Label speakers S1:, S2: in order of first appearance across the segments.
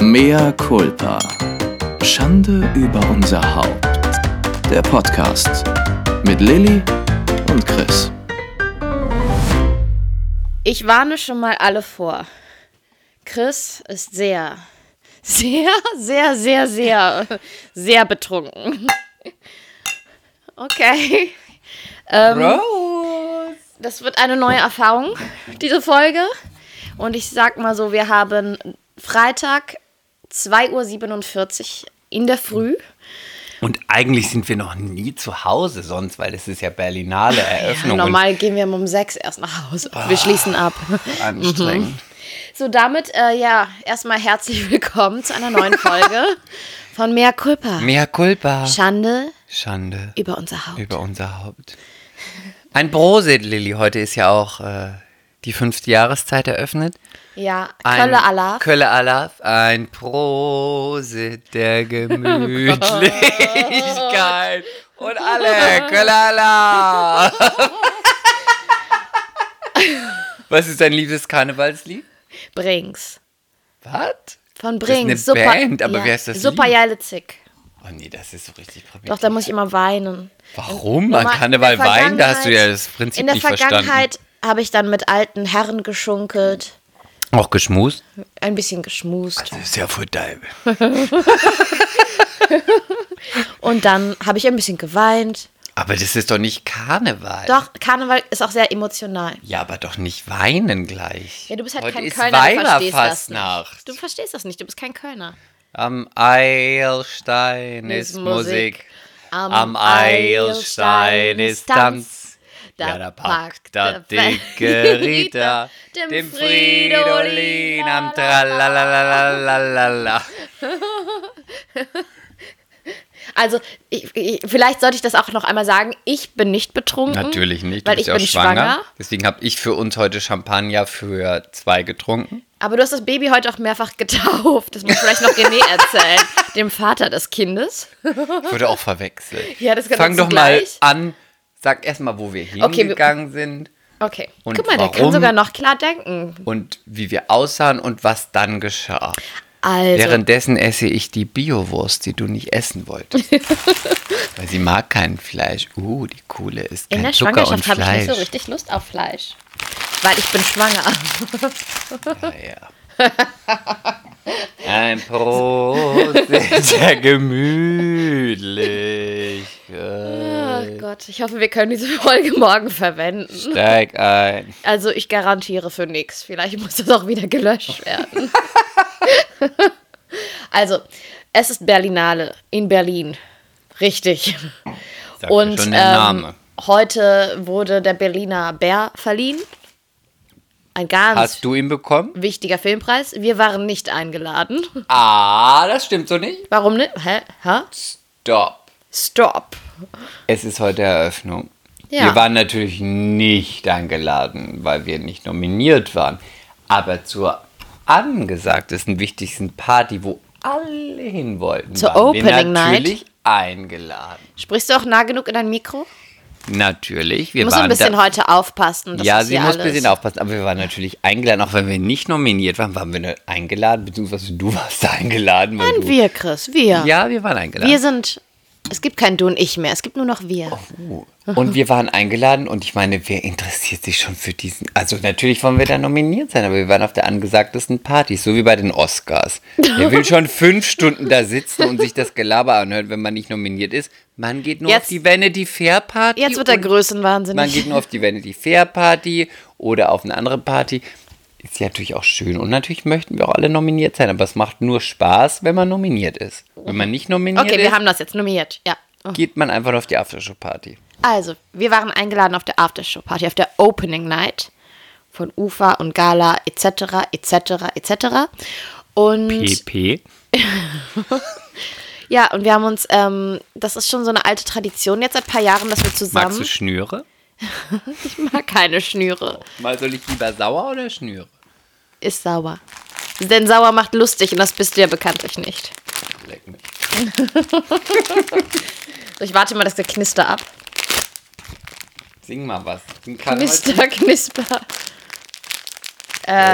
S1: Mea culpa. Schande über unser Haupt. Der Podcast mit Lilly und Chris.
S2: Ich warne schon mal alle vor. Chris ist sehr, sehr, sehr, sehr, sehr, sehr betrunken. Okay. Ähm, Das wird eine neue Erfahrung, diese Folge. Und ich sag mal so, wir haben Freitag 2.47 Uhr in der Früh.
S3: Und eigentlich sind wir noch nie zu Hause sonst, weil es ist ja Berlinale Eröffnung.
S2: Normal gehen wir um 6 erst nach Hause. Wir schließen ab.
S3: und anstrengend.
S2: So, damit, äh, ja, erstmal herzlich willkommen zu einer neuen Folge von Mea Culpa.
S3: Mea culpa.
S2: Schande
S3: Schande
S2: über unser Haupt.
S3: über unser Haupt. Ein Prosit, Lilly. Heute ist ja auch äh, die fünfte Jahreszeit eröffnet.
S2: Ja,
S3: Ein
S2: Kölle Allah.
S3: Kölle Alaf. Ein Prosit der Gemütlichkeit. und alle. Kölle Alaf. Was ist dein liebstes Karnevalslied?
S2: Brings.
S3: Was?
S2: Von
S3: ist eine
S2: Brings. Super,
S3: Band, aber wer ist das
S2: Super
S3: Lied?
S2: Jalitzig.
S3: Oh nee, das ist so richtig probiert.
S2: Doch, da muss ich immer weinen.
S3: Warum? An
S2: Nochmal,
S3: Karneval
S2: in der
S3: weinen, da hast du ja
S2: Vergangenheit-
S3: das Prinzip
S2: In der
S3: nicht verstanden.
S2: Vergangenheit habe ich dann mit alten Herren geschunkelt,
S3: Auch geschmust?
S2: ein bisschen geschmust.
S3: Das ist ja voll dein.
S2: Und dann habe ich ein bisschen geweint.
S3: Aber das ist doch nicht Karneval.
S2: Doch, Karneval ist auch sehr emotional.
S3: Ja, aber doch nicht weinen gleich.
S2: Ja, du bist halt
S3: Heute
S2: kein
S3: ist
S2: Kölner, du verstehst das
S3: Weiberfastnacht.
S2: nicht. Du verstehst das nicht, du bist kein Kölner.
S3: Am Eilstein
S2: Ist
S3: ist Musik.
S2: Am
S3: Am Eilstein ist Tanz. Ja, da packt der dicke Rita dem Fridolin am Tralalalalala.
S2: Also, ich, ich, vielleicht sollte ich das auch noch einmal sagen. Ich bin nicht betrunken.
S3: Natürlich nicht, du
S2: Mhm. weil
S3: bist
S2: ich
S3: ja auch
S2: bin schwanger.
S3: Deswegen habe ich für uns heute Champagner für zwei getrunken.
S2: Aber du hast das Baby heute auch mehrfach getauft. Das muss vielleicht noch René erzählen, dem Vater des Kindes.
S3: Ich wurde auch verwechselt.
S2: Ja, das kann
S3: Fang
S2: ich so
S3: doch mal
S2: gleich.
S3: an. Sag erstmal, wo wir
S2: wir-
S3: hingegangen sind
S2: Okay.
S3: Und
S2: Guck mal, der kann
S3: warum?
S2: sogar noch klar denken.
S3: und wie wir aussahen und was dann geschah.
S2: Also,
S3: Währenddessen esse ich die Biowurst, die du nicht essen wolltest. Weil sie mag kein Fleisch. Uh, die coole ist kein
S2: in der
S3: Zucker und
S2: Schwangerschaft habe ich
S3: Fleisch.
S2: nicht so richtig Lust auf Fleisch. Weil ich bin schwanger.
S3: Ja. Ein Prost sehr gemütlich.
S2: Oh Gott, ich hoffe, wir können diese Folge morgen verwenden.
S3: Steig ein.
S2: Also ich garantiere für nichts. Vielleicht muss das auch wieder gelöscht werden. also, es ist Berlinale in Berlin. Richtig.
S3: Sagt mir
S2: Und
S3: schon
S2: ähm,
S3: der Name.
S2: heute wurde der Berliner Bär verliehen. Ein ganz
S3: Hast du ihn bekommen?
S2: wichtiger Filmpreis. Wir waren nicht eingeladen.
S3: Ah, das stimmt so nicht.
S2: Warum nicht? Hä? Hä?
S3: Stopp.
S2: Stop.
S3: Es ist heute Eröffnung.
S2: Ja.
S3: Wir waren natürlich nicht eingeladen, weil wir nicht nominiert waren. Aber zur angesagtesten, wichtigsten Party, wo alle hin wollten,
S2: Zur
S3: waren wir
S2: Opening Night.
S3: natürlich eingeladen.
S2: Sprichst du auch nah genug in dein Mikro?
S3: Natürlich, wir
S2: Du musst
S3: waren
S2: ein bisschen
S3: da,
S2: heute aufpassen. dass
S3: Ja,
S2: das
S3: sie
S2: hier
S3: muss ein
S2: alles-
S3: bisschen aufpassen, aber wir waren natürlich eingeladen, auch wenn wir nicht nominiert waren, waren wir ne- eingeladen, beziehungsweise du warst da eingeladen. Weil
S2: Nein,
S3: du,
S2: wir, Chris, wir.
S3: ja, wir waren eingeladen.
S2: Wir sind. Es gibt kein Du und Ich mehr, es gibt nur noch wir.
S3: Uh, und wir waren eingeladen und ich meine, wer interessiert sich schon für diesen? Also natürlich wollen wir da nominiert sein, aber wir waren auf der angesagtesten Party, so wie bei den Oscars. Wer will schon fünf Stunden da sitzen und sich das Gelaber anhören, wenn man nicht nominiert ist? Man geht nur
S2: Jetzt-
S3: auf die Vanity Fair Party.
S2: Jetzt wird er
S3: und Man
S2: größenwahnsinnig.
S3: geht nur auf die Vanity Fair Party oder auf eine andere Party. Ist ja natürlich auch schön. Und natürlich möchten wir auch alle nominiert sein, aber es macht nur Spaß, wenn man nominiert ist. Wenn man nicht nominiert
S2: Okay,
S3: ist,
S2: wir haben das jetzt nominiert. Ja. Oh.
S3: geht man einfach nur auf die Aftershow Party.
S2: Also, wir waren eingeladen auf der Aftershow-Party, auf der Opening Night von Ufa und Gala etc. etc. etc. Und
S3: EP.
S2: ja, und wir haben uns, ähm, das ist schon so eine alte Tradition jetzt seit ein paar Jahren, dass wir zusammen.
S3: Schnüre?
S2: Ich mag keine Schnüre.
S3: Mal soll ich lieber sauer oder Schnüre?
S2: Ist sauer. Denn sauer macht lustig und das bist du ja bekanntlich nicht.
S3: Leck mich.
S2: So, Ich warte mal das Geknister ab.
S3: Sing mal was. Ein Karneval-
S2: Knister, Knisper.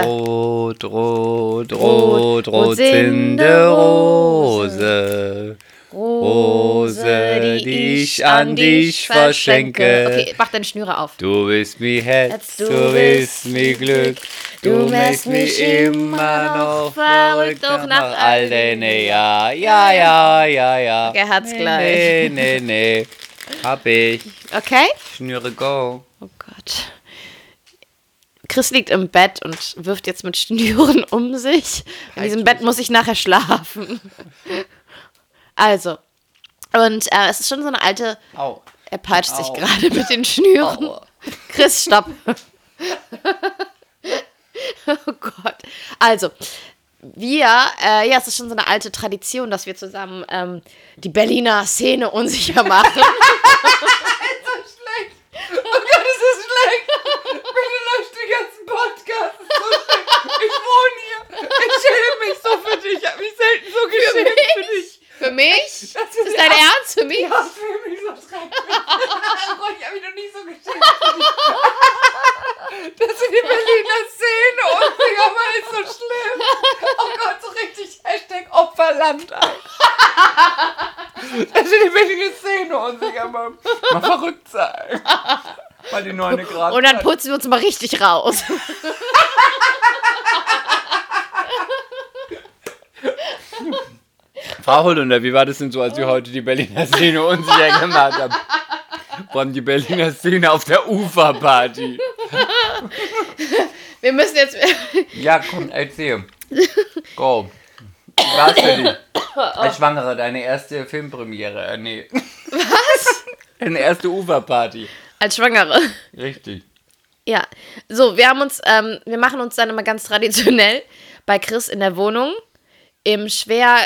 S3: Rot, rot, rot, rot sind die Rose. Rose, die ich an dich verschenke.
S2: Okay, mach deine Schnüre auf.
S3: Du bist mir Herz,
S2: Herz,
S3: du,
S2: du
S3: bist
S2: bist
S3: mir Glück. Du
S2: Du
S3: machst
S2: machst
S3: mich
S2: mich
S3: immer
S2: immer
S3: noch
S2: noch
S3: verrückt
S2: verrückt, doch
S3: nach
S2: nach
S3: all
S2: all
S3: den Jahren. Ja, ja, ja, ja.
S2: Okay, hat's
S3: nee,
S2: gleich.
S3: Nee, nee, nee. Hab ich.
S2: Okay?
S3: Schnüre go.
S2: Oh Gott. Chris liegt im Bett und wirft jetzt mit Schnüren um sich. In
S3: Halt
S2: diesem Bett muss ich nachher schlafen. Also. Und äh, es ist schon so eine alte.
S3: Au.
S2: Er peitscht sich
S3: Au.
S2: gerade mit den Schnüren.
S3: Aua.
S2: Chris, stopp. oh Gott. Also, wir, äh, ja, es ist schon so eine alte Tradition, dass wir zusammen ähm, die Berliner Szene unsicher machen.
S4: Oh Gott, es ist schlecht. Bitte löscht den ganzen Podcast. Es ist so schlecht. Ich wohne hier. Ich schäme mich so für dich. Ich habe mich selten so geschämt für, dich.
S2: Für mich? Das
S4: für
S2: ist
S4: die
S2: dein
S4: Ab-
S2: Ernst für mich?
S4: Das fühlt mich so schrecklich. Oh, ich habe mich noch nie so geschämt für dich. Das sind die Berliner Szene. Und Digga, man ist so schlimm. Oh Gott, so richtig Hashtag Opferland. Alter. Das sind die Berliner Szene. Und Digga, man, mal verrückt sein. Mal die neune Grad.
S2: Und dann putzen wir uns mal richtig raus.
S3: Frau Hollunder, wie war das denn so, als wir heute die Berliner Szene unsicher gemacht haben? Vor allem die Berliner Szene auf der Uferparty.
S2: Wir müssen jetzt.
S3: Ja, komm, erzähl. Go. Wie war's für dich? Als Schwangere, deine erste Filmpremiere. Äh, nee. Was? Deine erste Uferparty.
S2: Als Schwangere.
S3: Richtig.
S2: Ja. So, wir haben uns, ähm, wir machen uns dann immer ganz traditionell bei Chris in der Wohnung im schwer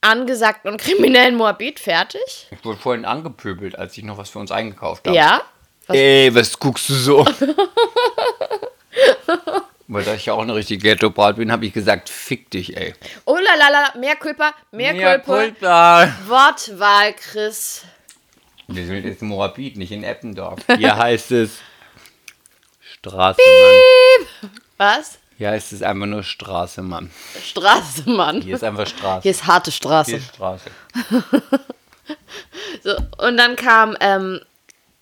S2: angesagten und kriminellen Moabit fertig.
S3: Ich wurde vorhin angepöbelt, als ich noch was für uns eingekauft habe.
S2: Ja. Was-
S3: Ey, was guckst du so? Weil da ich ja auch eine richtige Ghetto-Brat bin, habe ich gesagt, fick dich, ey.
S2: Oh la la la, mehr Kulpa, mehr
S3: Mea
S2: Kulpa.
S3: culpa.
S2: Wortwahl, Chris.
S3: Wir sind jetzt in Moabit, nicht in Eppendorf. Hier heißt es Straße, Mann.
S2: Was?
S3: Hier heißt es einfach nur Straße, Mann.
S2: Straße, Mann.
S3: Hier ist einfach Straße.
S2: Hier ist harte
S3: Hier
S2: Straße.
S3: ist Straße.
S2: So, und dann kam ähm,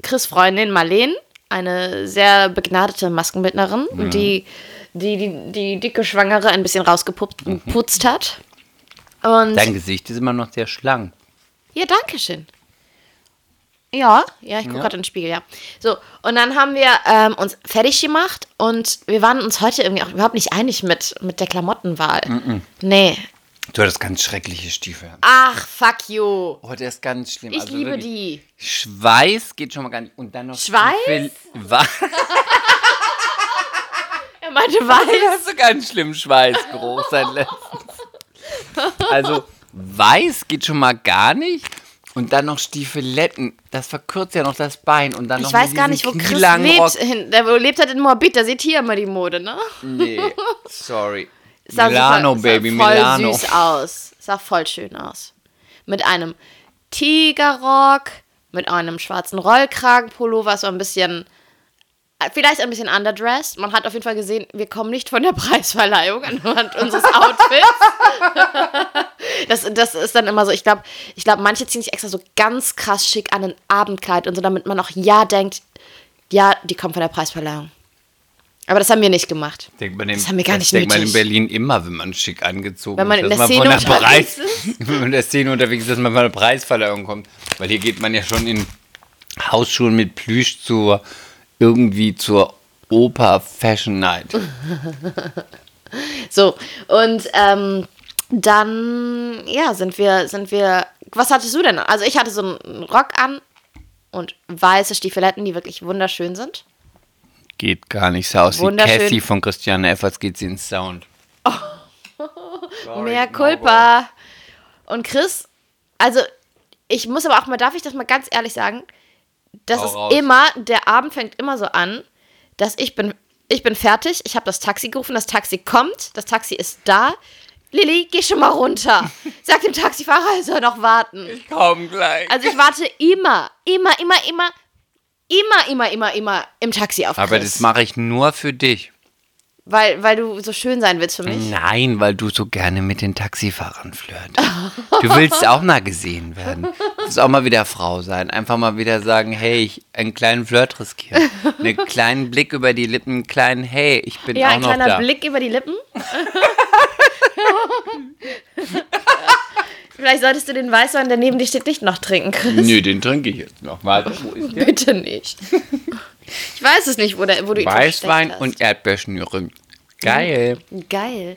S2: Chris Freundin Marleen, eine sehr begnadete Maskenbildnerin, die, die, die die dicke Schwangere ein bisschen rausgeputzt
S3: Mhm.
S2: geputzt hat. Und
S3: Dein Gesicht ist immer noch sehr schlank.
S2: ja, danke schön. Ja, ja, ich gucke gerade in den Spiegel, ja. So, und dann haben wir ähm, uns fertig gemacht und wir waren uns heute irgendwie auch überhaupt nicht einig mit, mit der Klamottenwahl.
S3: Mhm.
S2: Nee.
S3: Du hattest ganz schreckliche Stiefel.
S2: Ach, fuck you.
S3: Oh, der ist ganz schlimm.
S2: Ich
S3: Also
S2: liebe
S3: wirklich.
S2: die.
S3: Schweiß geht schon mal gar nicht. Und dann noch
S2: Schweiß?
S3: Stiefel- Wa-
S2: Er meinte weiß.
S3: Das ist so ganz schlimm Schweißgeruch seit letztens. Also weiß geht schon mal gar nicht. Und dann noch Stiefeletten. Das verkürzt ja noch das Bein. Und dann noch
S2: Ich
S3: mit
S2: weiß gar
S3: diesem
S2: nicht, wo Chris
S3: knielangen
S2: lebt.
S3: Rock.
S2: Hin, der wo lebt hat in Moabit, der sieht hier immer die Mode, ne?
S3: Nee, sorry.
S2: Sah
S3: Milano,
S2: super,
S3: Baby,
S2: sah voll
S3: Milano.
S2: süß aus. Sah voll schön aus. Mit einem Tigerrock, mit einem schwarzen Rollkragenpullover, so ein bisschen, äh, vielleicht ein bisschen underdressed. Man hat auf jeden Fall gesehen, wir kommen nicht von der Preisverleihung anhand unseres Outfits. Das, das ist dann immer so, ich glaube, ich glaub, manche ziehen sich extra so ganz krass schick an ein Abendkleid und so, damit man auch ja denkt, ja, die kommen von der Preisverleihung. Aber das haben wir nicht gemacht.
S3: Denkt man in,
S2: Das haben wir gar nicht
S3: denkt man in
S2: nötig.
S3: Berlin immer, wenn man schick angezogen
S2: Wenn man
S3: ist.
S2: in
S3: dass
S2: der
S3: von
S2: Szene unterwegs
S3: wenn man in der Szene unterwegs ist, dass man von der Preisverleihung kommt. Weil hier geht man ja schon in Hausschuhen mit Plüsch zur irgendwie zur Oper Fashion Night.
S2: So, und ähm, dann, ja, sind wir, sind wir. Was hattest du denn? Also ich hatte so einen Rock an und weiße Stiefeletten, die wirklich wunderschön sind.
S3: Geht gar nicht so aus wie
S2: Wunderschön.
S3: Cassie von Christiane Efforts geht sie ins Sound.
S2: Mehr Culpa. Und Chris, also ich muss aber auch mal, darf ich das mal ganz ehrlich sagen? Das
S3: Hau
S2: ist
S3: raus.
S2: immer, der Abend fängt immer so an, dass ich bin, ich bin fertig, ich habe das Taxi gerufen, das Taxi kommt, das Taxi ist da. Lilly, geh schon mal runter. Sag dem Taxifahrer, er soll noch warten.
S3: Komm gleich.
S2: Also ich warte immer, immer, immer, immer, immer, immer, immer, immer im Taxi auf Chris.
S3: Aber das mache ich nur für dich.
S2: Weil, weil du so schön sein willst für mich.
S3: Nein, weil du so gerne mit den Taxifahrern flirtest. Du willst auch mal gesehen werden. Du willst auch mal wieder Frau sein. Einfach mal wieder sagen, hey, ich einen kleinen Flirt riskieren. Einen kleinen Blick über die Lippen, einen kleinen, hey, ich bin
S2: Ja,
S3: Mm, auch
S2: ein
S3: noch
S2: kleiner
S3: da.
S2: Blick über die Lippen. Vielleicht solltest du den Weißwein, der neben dir steht, nicht noch trinken, Chris.
S3: Nö, den trinke ich jetzt nochmal.
S2: Oh,
S3: Wo ist der?
S2: Bitte nicht. Ich weiß es nicht, wo, der, Hm. wo du ihn
S3: Weißwein
S2: versteckt
S3: und Erdbeerschnüren. Geil.
S2: hast. Geil.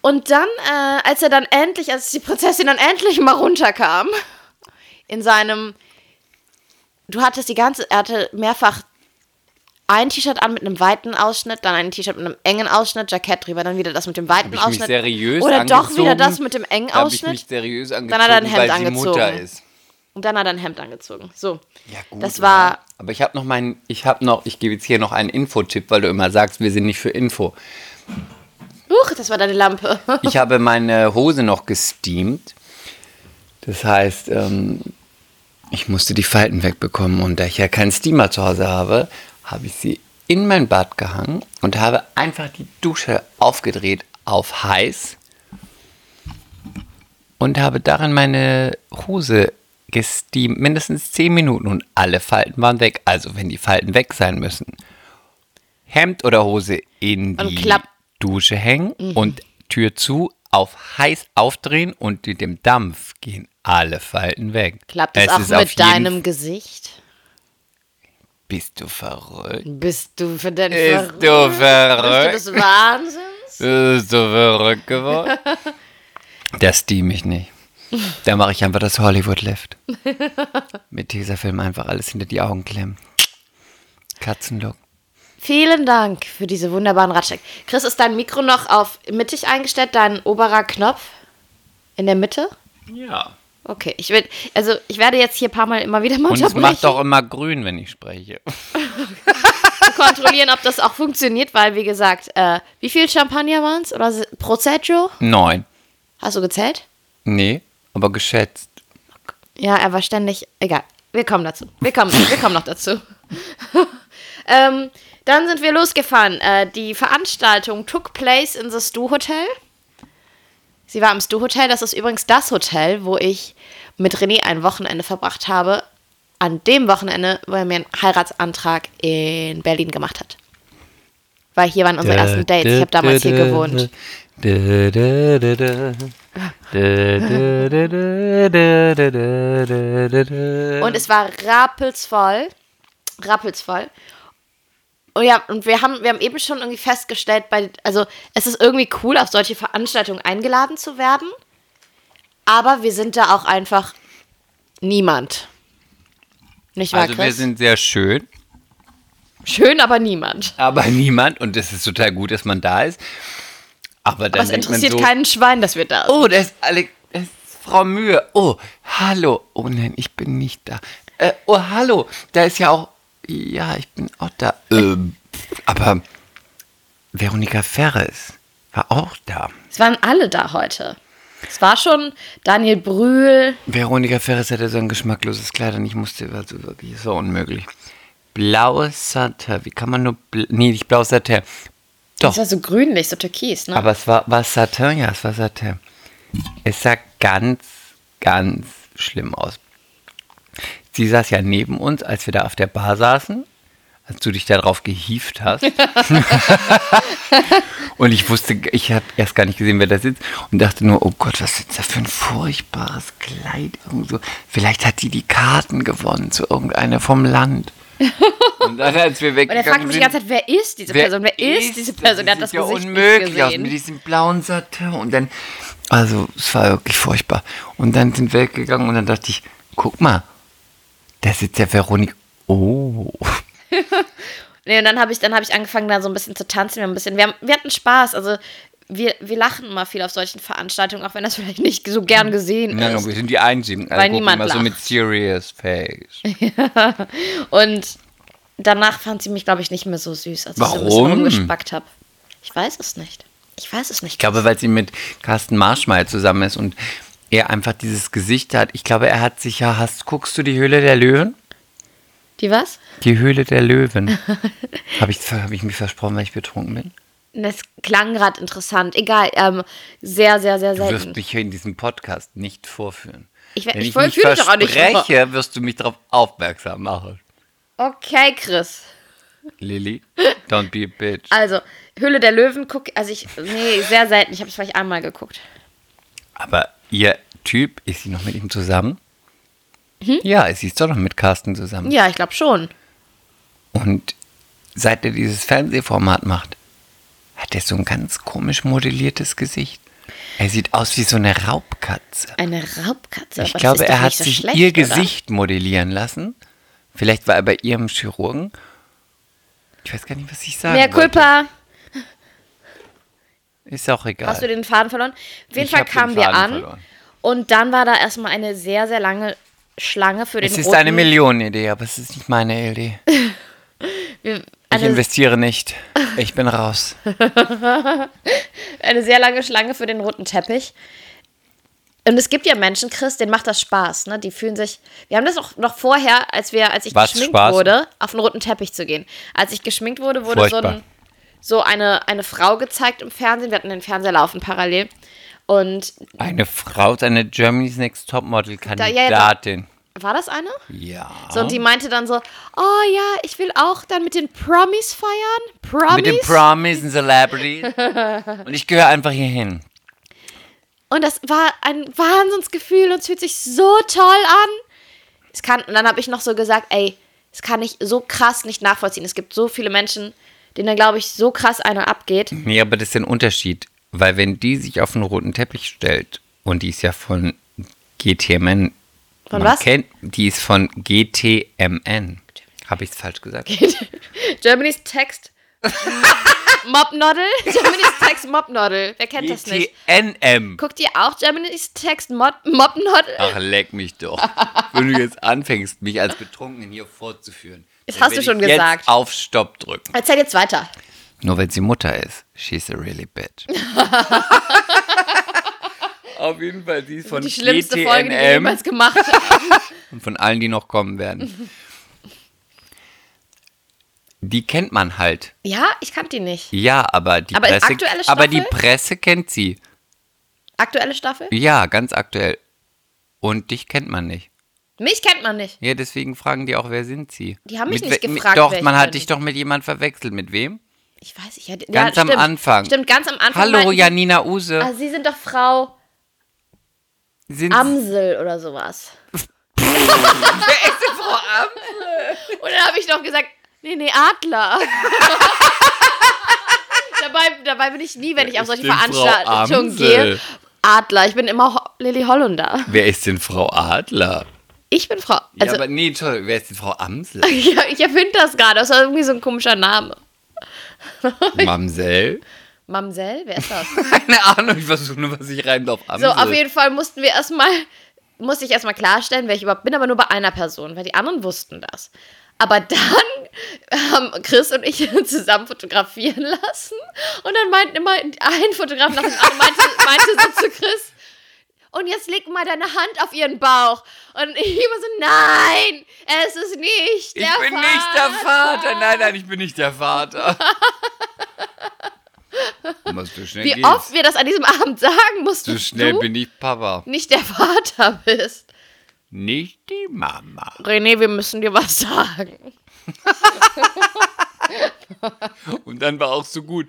S2: Und dann, äh, als er dann endlich, als die Prinzessin dann endlich mal runterkam, in seinem. Du hattest die ganze. Er hatte mehrfach ein T-Shirt an mit einem weiten Ausschnitt, dann ein T-Shirt mit einem engen Ausschnitt, Jackett drüber, dann wieder das mit dem weiten
S3: Habe ich mich
S2: Ausschnitt.
S3: seriös
S2: oder
S3: angezogen?
S2: doch wieder das mit dem engen
S3: Habe ich
S2: Ausschnitt.
S3: mich seriös angezogen,
S2: Dann hat er ein Hemd
S3: weil sie Mutter
S2: angezogen.
S3: ist.
S2: Und dann hat er ein Hemd angezogen. So.
S3: Ja, gut.
S2: Das war.
S3: oder? Aber ich habe noch meinen, ich habe noch, ich gebe jetzt hier noch einen Infotipp, weil du immer sagst, wir sind nicht für Info.
S2: Huch, das war deine Lampe.
S3: Ich habe meine Hose noch gesteamt. Das heißt, ähm, ich musste die Falten wegbekommen und da ich ja keinen Steamer zu Hause habe, habe ich sie in mein Bad gehangen und habe einfach die Dusche aufgedreht auf heiß und habe darin meine Hose gesteamt, mindestens 10 Minuten und alle Falten waren weg. Also wenn die Falten weg sein müssen, Hemd oder Hose in
S2: Und
S3: die
S2: klapp- Mhm.
S3: Dusche hängen und Tür zu, auf heiß aufdrehen und mit dem Dampf gehen alle Falten weg.
S2: Klappt das
S3: Es
S2: auch
S3: ist auf
S2: mit
S3: jeden-
S2: deinem Gesicht?
S3: Bist du verrückt?
S2: Bist du für den
S3: Bist
S2: Verrückt?
S3: du verrückt?
S2: Bist du des Wahnsinns?
S3: Bist du verrückt geworden? Das steam ich nicht. Da mache ich einfach das Hollywood-Lift. Mit dieser Film einfach alles hinter die Augen klemmen. Katzenlook.
S2: Vielen Dank für diese wunderbaren Ratschläge. Chris, ist dein Mikro noch auf mittig eingestellt, dein oberer Knopf in der Mitte?
S3: Ja.
S2: Okay, ich will, also ich werde jetzt hier ein paar Mal immer wieder mal
S3: Und es
S2: unterbrechen,
S3: macht doch immer grün, wenn ich spreche.
S2: zu kontrollieren, ob das auch funktioniert, weil wie gesagt, äh, wie viel Champagner waren es oder se- Prosecco?
S3: Neun.
S2: Hast du gezählt?
S3: Nee, aber geschätzt.
S2: Ja, er war ständig. Egal. Wir kommen dazu. Wir kommen, wir kommen noch dazu. ähm, dann sind wir losgefahren. Äh, die Veranstaltung took place in the Stu Hotel. Sie war im Stu Hotel. Das ist übrigens das Hotel, wo ich mit René ein Wochenende verbracht habe. An dem Wochenende, wo er mir einen Heiratsantrag in Berlin gemacht hat. Weil hier waren unsere ersten Dates. Ich habe damals hier gewohnt. Und es war rappelsvoll. Rappelsvoll. Oh ja, und wir haben, wir haben eben schon irgendwie festgestellt, bei, also es ist irgendwie cool, auf solche Veranstaltungen eingeladen zu werden. Aber wir sind da auch einfach niemand. Nicht wahr,
S3: Also wir
S2: Chris?
S3: sind sehr schön,
S2: Schön, aber niemand.
S3: aber niemand. Und es ist total gut, dass man da ist. Aber dann
S2: Was
S3: denkt man
S2: interessiert
S3: so,
S2: keinen Schwein, dass wir da sind.
S3: oh, da ist, Alex, da ist Frau Mühe. Oh, hallo. Oh nein, ich bin nicht da. Äh, oh, hallo. Da ist ja auch, ja, ich bin auch da. Ähm, aber Veronika Ferres war auch da.
S2: Es waren alle da heute. Es war schon Daniel Brühl.
S3: Veronika Ferres hatte so ein geschmackloses Kleid und ich musste über so wirklich, es war unmöglich. Blaues Satin, wie kann man nur, bl nee, nicht blaues Satin. Doch,
S2: Es war so grünlich, so türkis, ne?
S3: aber es war, war es Satin, ja, es war Satin. Es sah ganz, ganz schlimm aus. Sie saß ja neben uns, als wir da auf der Bar saßen, als du dich darauf gehieft hast. und ich wusste, ich habe erst gar nicht gesehen, wer da sitzt und dachte nur, oh Gott, was ist da für ein furchtbares Kleid? Irgend so. Vielleicht hat die die Karten gewonnen zu irgendeiner vom Land. Und dann, als wir
S2: Und er
S3: weggegangen
S2: fragt mich die
S3: sind-
S2: ganze Zeit, wer ist diese Person? Wer ist diese Person? Der hat das
S3: sieht ja
S2: Gesicht
S3: unmöglich
S2: nicht gesehen.
S3: aus mit diesem blauen Satin und dann, also es war wirklich furchtbar. Und dann sind wir weggegangen und dann dachte ich, guck mal, da sitzt ja Veronik. Oh,
S2: Nee, und dann habe ich, dann hab ich angefangen, da so ein bisschen zu tanzen. Wir, haben ein bisschen, wir, haben, wir hatten Spaß. Also, wir, wir lachen immer viel auf solchen Veranstaltungen, auch wenn das vielleicht nicht so gern gesehen
S3: nein,
S2: ist.
S3: wir sind die Einzigen.
S2: Weil gucken niemand immer
S3: immer
S2: so lacht.
S3: so mit
S2: mit
S3: serious face.
S2: Und danach fand sie mich, glaube ich, nicht mehr so süß, als ich so ein bisschen
S3: Warum?
S2: rumgespackt habe. Ich weiß es nicht. Ich weiß es
S3: Ich
S2: nicht.
S3: glaube, weil sie mit Carsten Marschmeier zusammen ist und er einfach dieses Gesicht hat. Ich glaube, er hat sich ja, hast, guckst du die Höhle der Löwen?
S2: Die was?
S3: Die Höhle der Löwen. Habe ich, hab ich mich versprochen, weil ich betrunken bin?
S2: Das klang gerade interessant. Egal, ähm, sehr, sehr, sehr
S3: Du wirst
S2: selten.
S3: mich hier in diesem Podcast nicht vorführen.
S2: Ich we-
S3: Wenn
S2: ich
S3: ich mich
S2: vorführe dich doch auch nicht vor.
S3: verspreche, wirst du mich darauf aufmerksam machen.
S2: Okay, Chris.
S3: Lilly, don't be a bitch.
S2: Also, Höhle der Löwen guck, also ich, nee, sehr selten. Ich habe es vielleicht einmal geguckt.
S3: Aber ihr Typ, ist sie noch mit ihm zusammen? Ja, sie ist doch noch mit Carsten zusammen.
S2: Hm? Ja, ich glaube schon.
S3: Und seit er dieses Fernsehformat macht, hat er so ein ganz komisch modelliertes Gesicht. Er sieht aus wie so eine Raubkatze.
S2: Eine Raubkatze.
S3: Ich
S2: aber das
S3: glaube,
S2: ist doch
S3: er hat
S2: nicht so
S3: sich
S2: schlecht,
S3: ihr
S2: oder?
S3: Gesicht modellieren lassen. Vielleicht war er bei ihrem Chirurgen. Ich weiß gar nicht, was ich sagen
S2: Mehr
S3: wollte.
S2: Culpa.
S3: Ist auch egal.
S2: Hast du den Faden verloren? Auf jeden
S3: Ich
S2: Fall
S3: hab den
S2: kamen wir
S3: Faden
S2: an.
S3: verloren.
S2: Und dann war da erstmal eine sehr, sehr lange Schlange für den
S3: es ist
S2: roten.
S3: eine Millionenidee, aber es ist nicht meine Idee.
S2: Wir-
S3: Ich
S2: Eine,
S3: investiere nicht. Ich bin raus.
S2: eine sehr lange Schlange für den roten Teppich. Und es gibt ja Menschen, Chris, denen macht das Spaß. Ne? Die fühlen sich. Wir haben das auch noch vorher, als wir, als ich
S3: Was,
S2: geschminkt
S3: Spaß?
S2: wurde, auf den roten Teppich zu gehen. Als ich geschminkt wurde, wurde so,
S3: Furchtbar.
S2: ein, so eine, eine Frau gezeigt im Fernsehen. Wir hatten den Fernseher laufen parallel. Und
S3: Eine Frau ist eine Germany's Next
S2: ja, ja,
S3: Topmodel-Kandidatin.
S2: war das eine?
S3: Ja.
S2: So, und die meinte dann so, oh ja, ich will auch dann mit den Promis feiern. Promis.
S3: Mit den Promis und Celebrities. Und ich gehöre einfach hier hin.
S2: Und das war ein Wahnsinnsgefühl und es fühlt sich so toll an. Es kann, und dann habe ich noch so gesagt, ey, das kann ich so krass nicht nachvollziehen. Es gibt so viele Menschen, denen da, glaube ich, so krass einer abgeht.
S3: Nee, aber das ist ein Unterschied, weil wenn die sich auf den roten Teppich stellt und die ist ja von GTMN.
S2: Von
S3: man
S2: was?
S3: Kennt, die ist von GTMN. Habe ich es falsch gesagt?
S2: Germany's Text Mobnoddle. Germany's Text Mobnoddle. Wer kennt das nicht?
S3: GTNM.
S2: Guckt ihr auch Germany's Text Mod Mobnoddle?
S3: Ach, leck mich doch. Wenn du jetzt anfängst, mich als Betrunkenen hier vorzuführen.
S2: Das
S3: dann
S2: hast du
S3: werd
S2: schon
S3: ich jetzt
S2: gesagt.
S3: Auf Stopp drücken.
S2: Erzähl jetzt weiter.
S3: Nur weil sie Mutter ist. She's a really bitch. Auf jeden Fall, die ist von
S2: Die schlimmste Folge, die wir
S3: GTNM.
S2: jemals gemacht haben.
S3: Und von allen, die noch kommen werden. Die kennt man halt.
S2: Ja, ich kannte die nicht.
S3: Ja, aber die
S2: Aber
S3: Presse.
S2: aktuelle
S3: aber die
S2: Staffel?
S3: Presse kennt sie.
S2: Aktuelle Staffel?
S3: Ja, ganz aktuell. Und dich kennt man nicht.
S2: Mich kennt man nicht.
S3: Ja, deswegen fragen die auch, wer sind sie?
S2: Die haben mich
S3: mit,
S2: nicht
S3: we- mit-
S2: gefragt,
S3: Doch,
S2: wer ich
S3: man
S2: bin.
S3: hat dich doch mit jemand verwechselt. Mit wem?
S2: Ich weiß, ich hätte.
S3: Ganz
S2: ja,
S3: am
S2: stimmt.
S3: Anfang.
S2: Stimmt, ganz am Anfang.
S3: Hallo,
S2: meinten die-
S3: Janina Use.
S2: Ah, Sie sind doch Frau
S3: sind
S2: Amsel oder sowas. Wer ist denn Frau Amsel? Und dann habe ich noch gesagt, nee, nee, Adler. dabei, dabei bin ich nie, wenn ich auf
S3: ist
S2: solche
S3: denn Frau
S2: Veranstaltungen
S3: Amsel?
S2: gehe. Adler, ich bin immer Ho Lilly Hollunder.
S3: wer ist denn Frau Adler?
S2: Ich bin Frau.
S3: Ja,
S2: Also,
S3: aber nee, toll. Wer ist denn Frau Amsel?
S2: ich, ich erfinde das gerade. Das war irgendwie so ein komischer Name.
S3: Mamsell?
S2: Mamsell, wer ist das?
S3: Keine Ahnung, ich versuche nur, was ich reimt auf Amsel.
S2: So, auf jeden Fall mussten wir erstmal, musste ich erstmal klarstellen, wer ich überhaupt bin, aber nur bei einer Person, weil die anderen wussten das. Aber dann haben Chris und ich zusammen fotografieren lassen und dann meinten immer ein Fotograf nach dem anderen, meinte, meinte so zu Chris, und jetzt leg mal deine Hand auf ihren Bauch. Und ich immer so, nein, es ist nicht der
S3: Ich bin nicht der Vater. Nein, nein, ich bin nicht der Vater. Muss so schnell
S2: Wie
S3: gehst.
S2: oft wir das an diesem Abend sagen mussten,
S3: So schnell
S2: du
S3: bin ich Papa.
S2: nicht der Vater bist.
S3: Nicht die Mama.
S2: René, wir müssen dir was sagen.
S3: Und dann war auch so gut.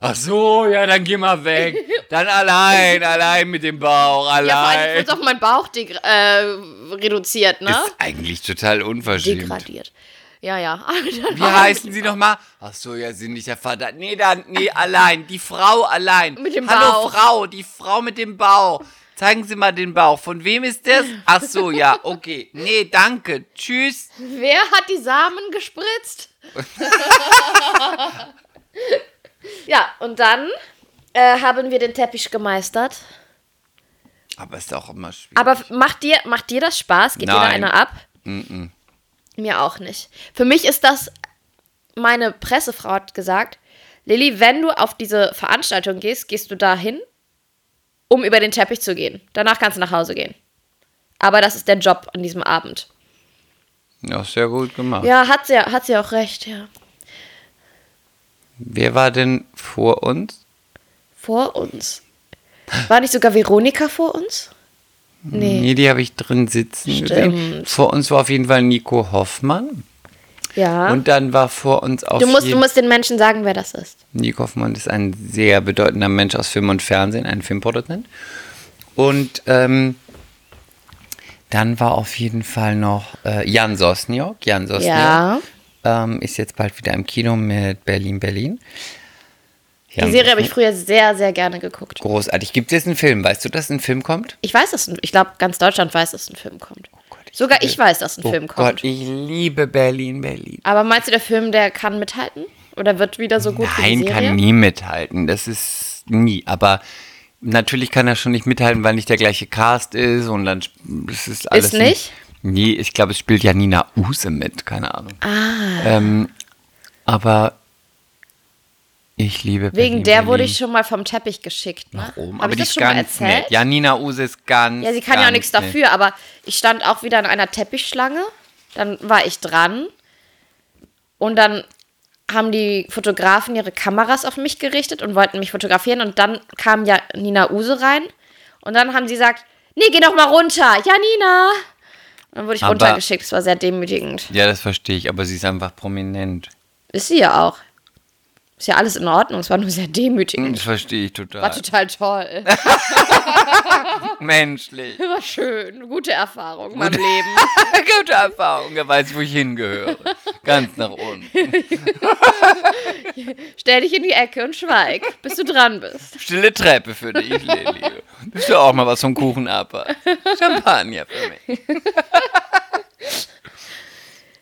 S3: Ach so, ja, dann geh mal weg. Dann allein, allein mit dem Bauch,
S2: Ja, vor allem
S3: allein.
S2: wird auf meinen Bauch degr- äh, reduziert, ne?
S3: ist eigentlich total unverschämt.
S2: Degradiert. Ja, ja. Aber dann
S3: Wie
S2: war-
S3: heißen sie nochmal? Ach so, ja, sie sind nicht der Vater. Nee, dann, nee, allein. Die Frau allein.
S2: Mit dem
S3: Hallo,
S2: Bauch.
S3: Frau, die Frau mit dem Bauch. Zeigen Sie mal den Bauch. Von wem ist das? Ach so, ja, okay. Nee, danke. Tschüss.
S2: Wer hat die Samen gespritzt? ja, und dann äh, haben wir den Teppich gemeistert.
S3: Aber ist auch immer schwierig.
S2: Aber f- macht dir, macht dir das Spaß? Geht dir da
S3: Nein.
S2: einer ab? Mir auch nicht. Für mich ist das, meine Pressefrau hat gesagt, Lilly, wenn du auf diese Veranstaltung gehst, gehst du dahin, um über den Teppich zu gehen. Danach kannst du nach Hause gehen. Aber das ist der Job an diesem Abend.
S3: ja, sehr gut gemacht.
S2: Ja, hat sie, hat sie auch recht, ja.
S3: Wer war denn vor uns?
S2: Vor uns. War nicht sogar Veronika vor uns? Nee.
S3: Nee, die habe ich drin sitzen gesehen.
S2: Stimmt.
S3: Vor uns war auf jeden Fall Nico Hoffmann.
S2: Ja.
S3: Und dann war vor uns auf
S2: du, musst, du
S3: jeden
S2: musst den Menschen sagen, wer das ist.
S3: Nick Hoffmann ist ein sehr bedeutender Mensch aus Film und Fernsehen, ein Filmproduzent. Und ähm, dann war auf jeden Fall noch äh, Jan Sosniok. Jan Sosniok
S2: Ja.
S3: ähm, ist jetzt bald wieder im Kino mit Berlin Berlin. Jan
S2: Die Serie habe ich
S3: Sosniok,
S2: früher sehr, sehr gerne geguckt.
S3: Großartig. Gibt es jetzt einen Film? Weißt du, dass ein Film kommt?
S2: Ich weiß, dass ein, ich glaube, ganz Deutschland weiß, dass ein Film kommt.
S3: Oh Gott, ich
S2: sogar
S3: liebe-
S2: ich weiß, dass ein
S3: oh
S2: Film
S3: Gott,
S2: kommt.
S3: ich liebe Berlin Berlin.
S2: Aber meinst du, der Film, der kann mithalten? Oder wird wieder so gut wie
S3: Nein,
S2: die Serie?
S3: kann nie mithalten. Das ist nie. Aber natürlich kann er schon nicht mithalten, weil nicht der gleiche Cast ist und dann sp- es ist alles.
S2: nicht?
S3: Nee, ich glaube, es spielt ja Nina Use mit, keine Ahnung. Ah. Ähm, aber ich liebe
S2: Wegen
S3: Berlin,
S2: der
S3: Berlin.
S2: wurde ich schon mal vom Teppich geschickt. Ne?
S3: Warum?
S2: Hab
S3: Aber
S2: ich
S3: die
S2: das
S3: ist
S2: schon mal
S3: ganz
S2: erzählt?
S3: nett. Ja, Nina Use ist ganz.
S2: Ja, sie kann ja auch
S3: ganz
S2: nichts
S3: nett.
S2: dafür, aber ich stand auch wieder in einer Teppichschlange. Dann war ich dran. Und dann haben die Fotografen ihre Kameras auf mich gerichtet und wollten mich fotografieren. Und dann kam ja Nina Use rein. Und dann haben sie gesagt: Nee, geh doch mal runter. Ja, Nina. Und dann wurde ich
S3: Aber-
S2: runtergeschickt. Das war sehr demütigend.
S3: Ja, das verstehe ich, aber sie ist einfach prominent. Hm,
S2: Ist sie ja auch. Ist ja alles in Ordnung. Es war nur sehr demütigend.
S3: Das verstehe ich total.
S2: War total toll.
S3: Menschlich.
S2: War schön. Gute Erfahrung in meinem
S3: Gute-
S2: Leben.
S3: Gute Erfahrung, er weiß, wo ich hingehöre. Ganz nach unten.
S2: Stell dich in die Ecke und schweig, bis du dran bist.
S3: Stille Treppe für dich, Lili. Bist du auch mal was vom Kuchen ab? Champagner für mich.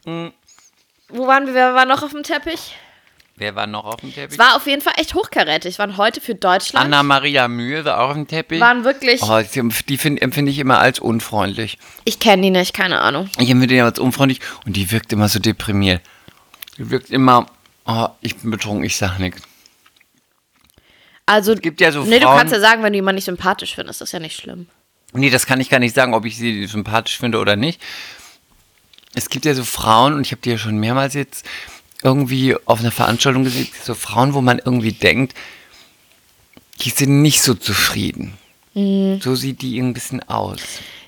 S2: Wo waren wir? Wer war noch auf dem Teppich?
S3: Wer war noch auf dem Teppich?
S2: Es war auf jeden Fall echt hochkarätig. Waren heute für Deutschland.
S3: Anna-Maria Mühe war auch auf dem Teppich.
S2: Waren wirklich-
S3: Oh, die die find, empfinde ich immer als unfreundlich.
S2: Ich kenne die nicht, keine Ahnung.
S3: Ich empfinde die als unfreundlich und die wirkt immer so deprimiert. Die wirkt immer, oh, ich bin betrunken, ich sag nichts.
S2: Also,
S3: gibt ja so
S2: nee,
S3: Frauen-
S2: du kannst ja sagen, wenn du jemanden nicht sympathisch findest, ist ja nicht schlimm.
S3: Nee, das kann ich gar nicht sagen, ob ich sie sympathisch finde oder nicht. Es gibt ja so Frauen, und ich habe die ja schon mehrmals jetzt irgendwie auf einer Veranstaltung gesehen, so Frauen, wo man irgendwie denkt, die sind nicht so zufrieden. So sieht die ein bisschen aus.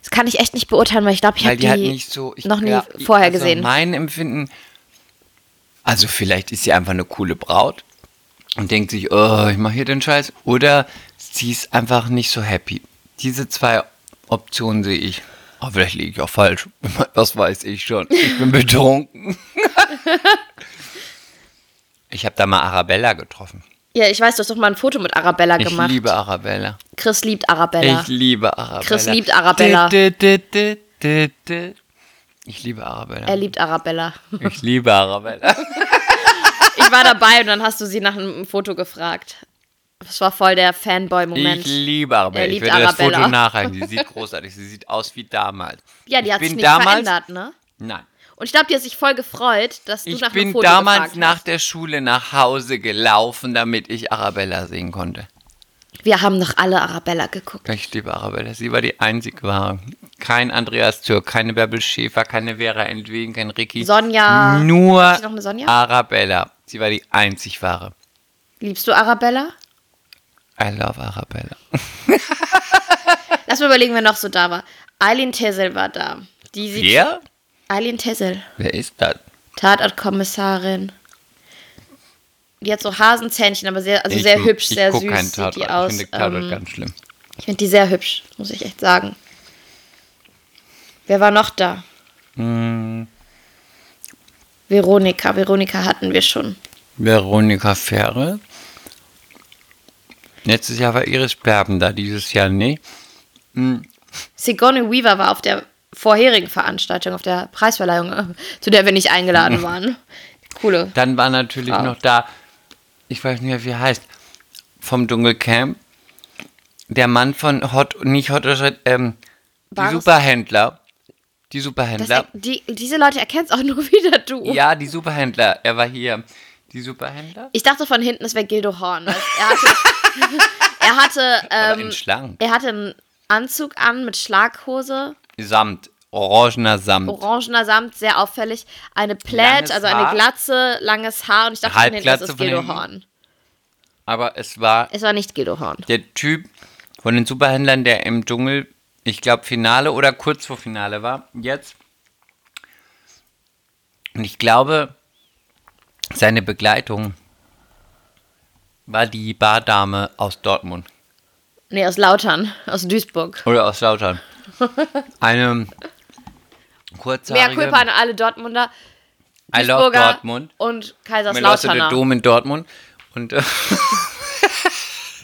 S2: Das kann ich echt nicht beurteilen, weil ich glaube, ich
S3: Weil
S2: habe
S3: die,
S2: die
S3: halt nicht so. ich
S2: noch nie
S3: glaub, ich-
S2: vorher
S3: also
S2: gesehen.
S3: Mein Empfinden. Also, vielleicht ist sie einfach eine coole Braut und denkt sich, oh, ich mache hier den Scheiß. Oder sie ist einfach nicht so happy. Diese zwei Optionen sehe ich. Aber vielleicht liege ich auch falsch. Was weiß ich schon. Ich bin betrunken. ich habe da mal Arabella getroffen.
S2: Ja, ich weiß, du hast doch mal ein Foto mit Arabella
S3: Ich
S2: gemacht.
S3: liebe Arabella.
S2: Chris liebt Arabella.
S3: Ich liebe Arabella.
S2: Chris liebt Arabella.
S3: Dü, dü, dü, dü, dü. Ich liebe Arabella.
S2: er liebt Arabella.
S3: Ich liebe Arabella.
S2: ich war dabei und dann hast du sie nach einem Foto gefragt. Das war voll der Fanboy-Moment.
S3: Ich liebe Arabella.
S2: Er
S3: Ich
S2: liebt
S3: werde das
S2: Arabella.
S3: Foto nachhalten. Sie sieht großartig. Sie sieht aus wie damals.
S2: Ja, die
S3: Ich
S2: hat sich
S3: bin
S2: nicht verändert, ne?
S3: Nein.
S2: Und ich glaube, die hat sich voll gefreut, dass du
S3: Ich
S2: nach einem
S3: bin
S2: Foto
S3: damals
S2: gefragt
S3: nach
S2: hast.
S3: der Schule nach Hause gelaufen, damit ich Arabella sehen konnte.
S2: Wir haben noch alle Arabella geguckt.
S3: Ich liebe Arabella. Sie war die einzig wahre. Kein Andreas Türk, keine Bärbel Schäfer, keine Vera Entwegen, kein Ricky.
S2: Sonja.
S3: Nur
S2: Ist sie noch eine Sonja?
S3: Arabella. Sie war die einzig wahre.
S2: Liebst du Arabella?
S3: I love Arabella.
S2: Lass mal überlegen, wer noch so da war. Eileen Tessel war da. Die sieht.
S3: Wer?
S2: Eileen Tessel.
S3: Wer ist das?
S2: Tatortkommissarin. Die hat so Hasenzähnchen, aber sehr, also sehr
S3: ich,
S2: hübsch,
S3: ich
S2: sehr
S3: guck
S2: süß
S3: keinen
S2: sieht
S3: Tatort.
S2: die aus.
S3: Ich
S2: Ich
S3: finde Tatort
S2: ähm,
S3: ganz schlimm.
S2: ich finde die sehr hübsch, muss ich echt sagen. Wer war noch da?
S3: Hm.
S2: Veronika. Veronika hatten wir schon.
S3: Veronika Fähre. Letztes Jahr war Iris Berben da, dieses Jahr nicht.
S2: Sigourney Weaver war auf der vorherigen Veranstaltung, auf der Preisverleihung, äh, zu der wir nicht eingeladen waren. Coole.
S3: Dann war natürlich
S2: Ah.
S3: noch da, ich weiß nicht mehr, wie er heißt, vom Dschungelcamp, der Mann von Hot, nicht Hot, ähm, die
S2: Bares-
S3: Superhändler. Die
S2: Das, e-,
S3: Superhändler.
S2: die, diese Leute erkennst auch nur wieder du.
S3: Ja, die Superhändler. Er war hier. Die Superhändler?
S2: Ich dachte von hinten, es wäre Gildo Horn. weil Er hatte, er, hatte
S3: Aber in
S2: ähm,
S3: Schlangen.
S2: er hatte einen Anzug an mit Schlaghose
S3: Samt. orangener Samt.
S2: Orangener Samt, sehr auffällig. Eine Plätt,
S3: Langes
S2: also eine
S3: Haar.
S2: Glatze, langes Haar. Und ich dachte, von hinten, das
S3: Halbglatze
S2: ist
S3: von
S2: Guido
S3: hinten.
S2: Horn.
S3: Aber es war
S2: Es war nicht Guido Horn.
S3: der Typ von den Superhändlern, der im Dschungel, ich glaube, Finale oder kurz vor Finale war, jetzt. Und ich glaube, seine Begleitung war die Bardame aus Dortmund
S2: Nee, aus Lautern, aus Duisburg.
S3: oder aus Lautern. Eine
S2: Mehr
S3: kurzhaarige
S2: Kulpa an alle Dortmunder,
S3: I love
S2: Duisburger
S3: Dortmund.
S2: und
S3: Melosse de
S2: Kaiserslauterner.
S3: Dom in Dortmund. Und äh,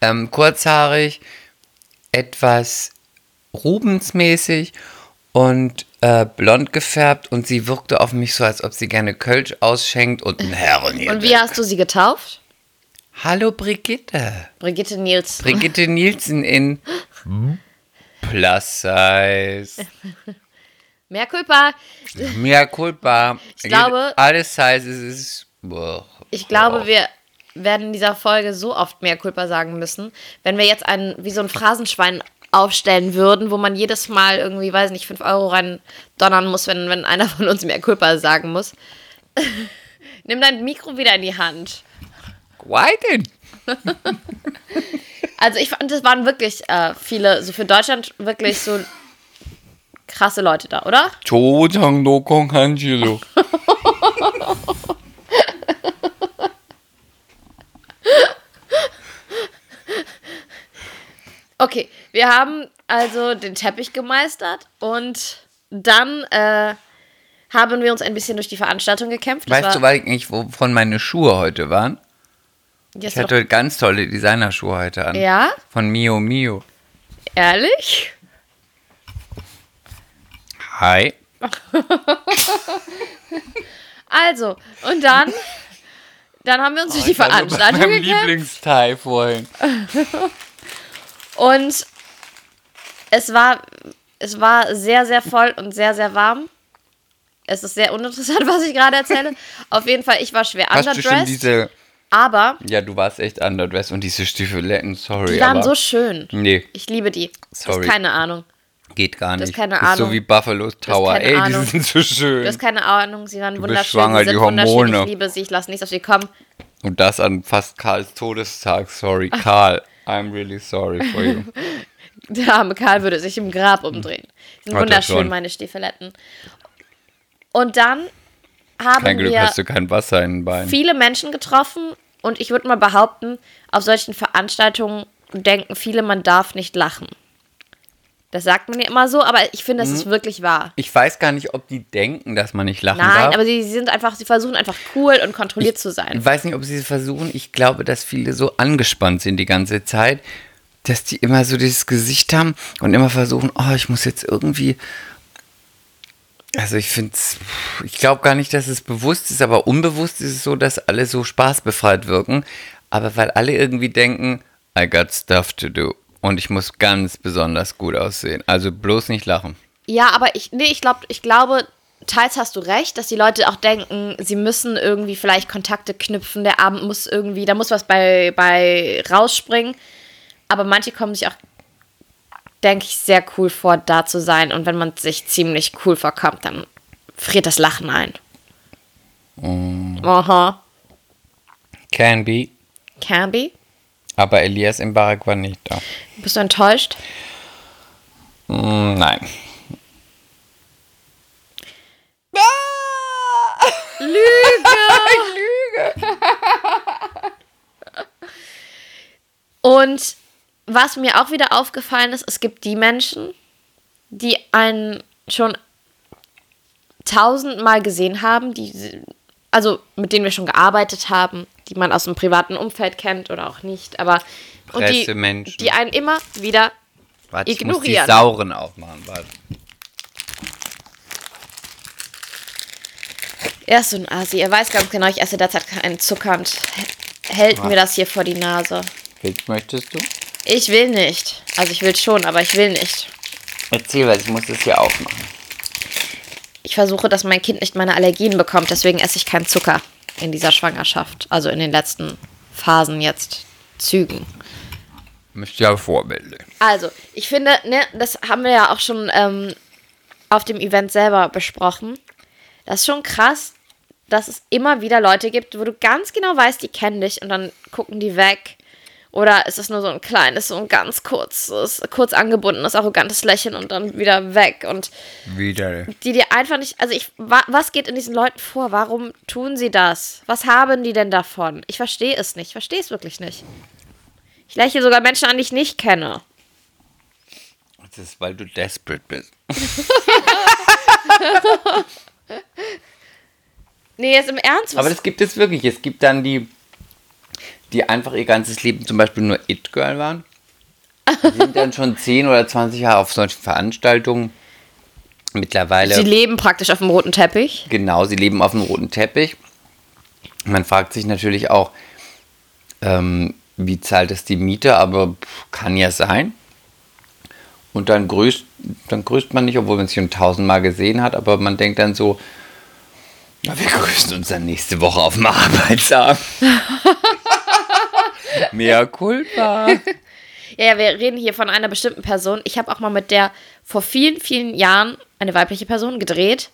S3: ähm, kurzhaarig, etwas Rubensmäßig und äh, blond gefärbt. Und sie wirkte auf mich so, als ob sie gerne Kölsch ausschenkt und einen Herren hier.
S2: Und wie hast du sie getauft?
S3: Hallo Brigitte.
S2: Brigitte Nils.
S3: Brigitte Nielsen in Plus Size.
S2: Mehr Kulpa.
S3: Mea culpa.
S2: Ich glaube-
S3: Alles Sizes ist. Boah.
S2: Ich glaube, wir werden in dieser Folge so oft mehr Kulpa sagen müssen, wenn wir jetzt einen, wie so ein Phrasenschwein aufstellen würden, wo man jedes Mal irgendwie, weiß nicht, 5 Euro rein donnern muss, wenn, wenn einer von uns mehr Kulpa sagen muss. Nimm dein Mikro wieder in die Hand.
S3: Why denn?
S2: Also ich fand, das waren wirklich äh, viele, so für Deutschland wirklich so krasse Leute da, oder?
S3: Chojang no Kong Hanjiro.
S2: Okay, wir haben also den Teppich gemeistert und dann äh, haben wir uns ein bisschen durch die Veranstaltung gekämpft. Das
S3: Weißt du
S2: war,
S3: eigentlich, wovon meine Schuhe heute waren?
S2: du,
S3: Ich hatte ganz tolle Designerschuhe heute an.
S2: Ja?
S3: Von Mio Mio.
S2: Ehrlich?
S3: Hi.
S2: Also, und dann, dann haben wir
S3: Oh,
S2: uns durch die Veranstaltung
S3: Mein
S2: gekämpft
S3: Lieblingsteil vorhin.
S2: und es war, es war sehr, sehr voll und sehr, sehr warm. Es ist sehr uninteressant, was ich gerade erzähle. Auf jeden Fall, ich war schwer
S3: Hast du schon
S2: underdressed,
S3: diese.
S2: aber
S3: Ja, du warst echt underdressed und diese Stiefeletten, sorry.
S2: die waren
S3: aber
S2: so schön.
S3: Nee,
S2: Ich liebe die. Du hast
S3: Sorry.
S2: keine Ahnung.
S3: geht gar
S2: hast
S3: nicht.
S2: keine
S3: Ist So
S2: Ahnung.
S3: wie Buffalo Tower.
S2: keine
S3: Ey,
S2: Ahnung.
S3: die sind so schön.
S2: Du hast keine Ahnung, sie waren wunderschön.
S3: schwanger,
S2: sie sind
S3: die
S2: wunderschön. Ich
S3: Hormone.
S2: liebe sie, ich lasse nichts auf sie kommen.
S3: und das an fast Karls Todestag. Sorry, Karl. I'm really sorry for you.
S2: Der arme Karl würde sich im Grab umdrehen. Sie sind
S3: Hm. Hat er
S2: wunderschön,
S3: schon.
S2: meine Stiefeletten. Und dann haben
S3: Kein Glück,
S2: wir
S3: hast du kein Wasser in den Beinen.
S2: viele Menschen getroffen und ich würde mal behaupten, auf solchen Veranstaltungen denken viele, man darf nicht lachen. Das sagt man ja immer so, aber ich finde, es ist wirklich wahr.
S3: Ich weiß gar nicht, ob die denken, dass Hm. man nicht lachen darf.
S2: Nein, aber sie, sie sind einfach, sie versuchen einfach cool und kontrolliert zu sein.
S3: Ich weiß nicht, ob sie es versuchen. Ich glaube, dass viele so angespannt sind die ganze Zeit, dass die immer so dieses Gesicht haben und immer versuchen, oh, ich muss jetzt irgendwie. Also ich finde es, ich glaube gar nicht, dass es bewusst ist, aber unbewusst ist es so, dass alle so spaßbefreit wirken. Aber weil alle irgendwie denken, I got stuff to do. Und ich muss ganz besonders gut aussehen. Also bloß nicht lachen.
S2: Ja, aber ich, nee, ich, glaub, ich glaube, teils hast du recht, dass die Leute auch denken, sie müssen irgendwie vielleicht Kontakte knüpfen, der Abend muss irgendwie, da muss was bei, bei rausspringen. Aber manche kommen sich auch, denke ich, sehr cool vor, da zu sein. Und wenn man sich ziemlich cool vorkommt, dann friert das Lachen ein. Aha.
S3: Can be.
S2: Can be.
S3: Aber Elias im Barak war nicht da.
S2: Bist du enttäuscht?
S3: Mm, Nein.
S2: Und was mir auch wieder aufgefallen ist, es gibt die Menschen, die einen schon tausendmal gesehen haben, die, also mit denen wir schon gearbeitet haben, die man aus dem privaten Umfeld kennt oder auch nicht, aber und die,
S3: Pressemenschen.
S2: die einen immer wieder
S3: Warte, ich muss die
S2: Ignorieren.
S3: sauren aufmachen. Warte.
S2: Er ist so ein Asi. Er weiß ganz genau, ich esse derzeit keinen Zucker und hält mir das hier vor die Nase.
S3: Willst, möchtest du?
S2: Ich will nicht. Also ich will schon, aber ich will nicht.
S3: Erzähl was, ich muss das hier aufmachen.
S2: Ich versuche, dass mein Kind nicht meine Allergien bekommt, deswegen esse ich keinen Zucker in dieser Schwangerschaft. Also in den letzten Phasen jetzt, Zügen.
S3: Müsst ja Vorbilder.
S2: Also, ich finde, ne, das haben wir ja auch schon ähm, auf dem Event selber besprochen. Das ist schon krass, dass es immer wieder Leute gibt, wo du ganz genau weißt, die kennen dich und dann gucken die weg. Oder ist es nur so ein kleines, so ein ganz kurzes, kurz angebundenes, arrogantes Lächeln und dann wieder weg. Und
S3: Wieder.
S2: die dir einfach nicht, also ich, wa, was geht in diesen Leuten vor? Warum tun sie das? Was haben die denn davon? Ich verstehe es nicht, ich verstehe es wirklich nicht. Ich lächle sogar Menschen an, die ich nicht kenne.
S3: Das ist, weil du desperate bist.
S2: Nee, jetzt im Ernst.
S3: Aber
S2: Was,
S3: das gibt es wirklich. Es gibt dann die, die einfach ihr ganzes Leben zum Beispiel nur It-Girl waren. Die sind dann schon 10 oder 20 Jahre auf solchen Veranstaltungen. Mittlerweile.
S2: sie leben praktisch auf dem roten Teppich.
S3: Genau, sie leben auf dem roten Teppich. Man fragt sich natürlich auch, ähm, wie zahlt es die Miete, aber pff, kann ja sein. Und dann grüßt, dann grüßt man nicht, obwohl man sich schon tausendmal gesehen hat, aber man denkt dann so, na, wir grüßen uns dann nächste Woche auf dem Arbeitsabend. Mea culpa.
S2: Ja, ja, wir reden hier von einer bestimmten Person. Ich habe auch mal mit der vor vielen, vielen Jahren eine weibliche Person gedreht.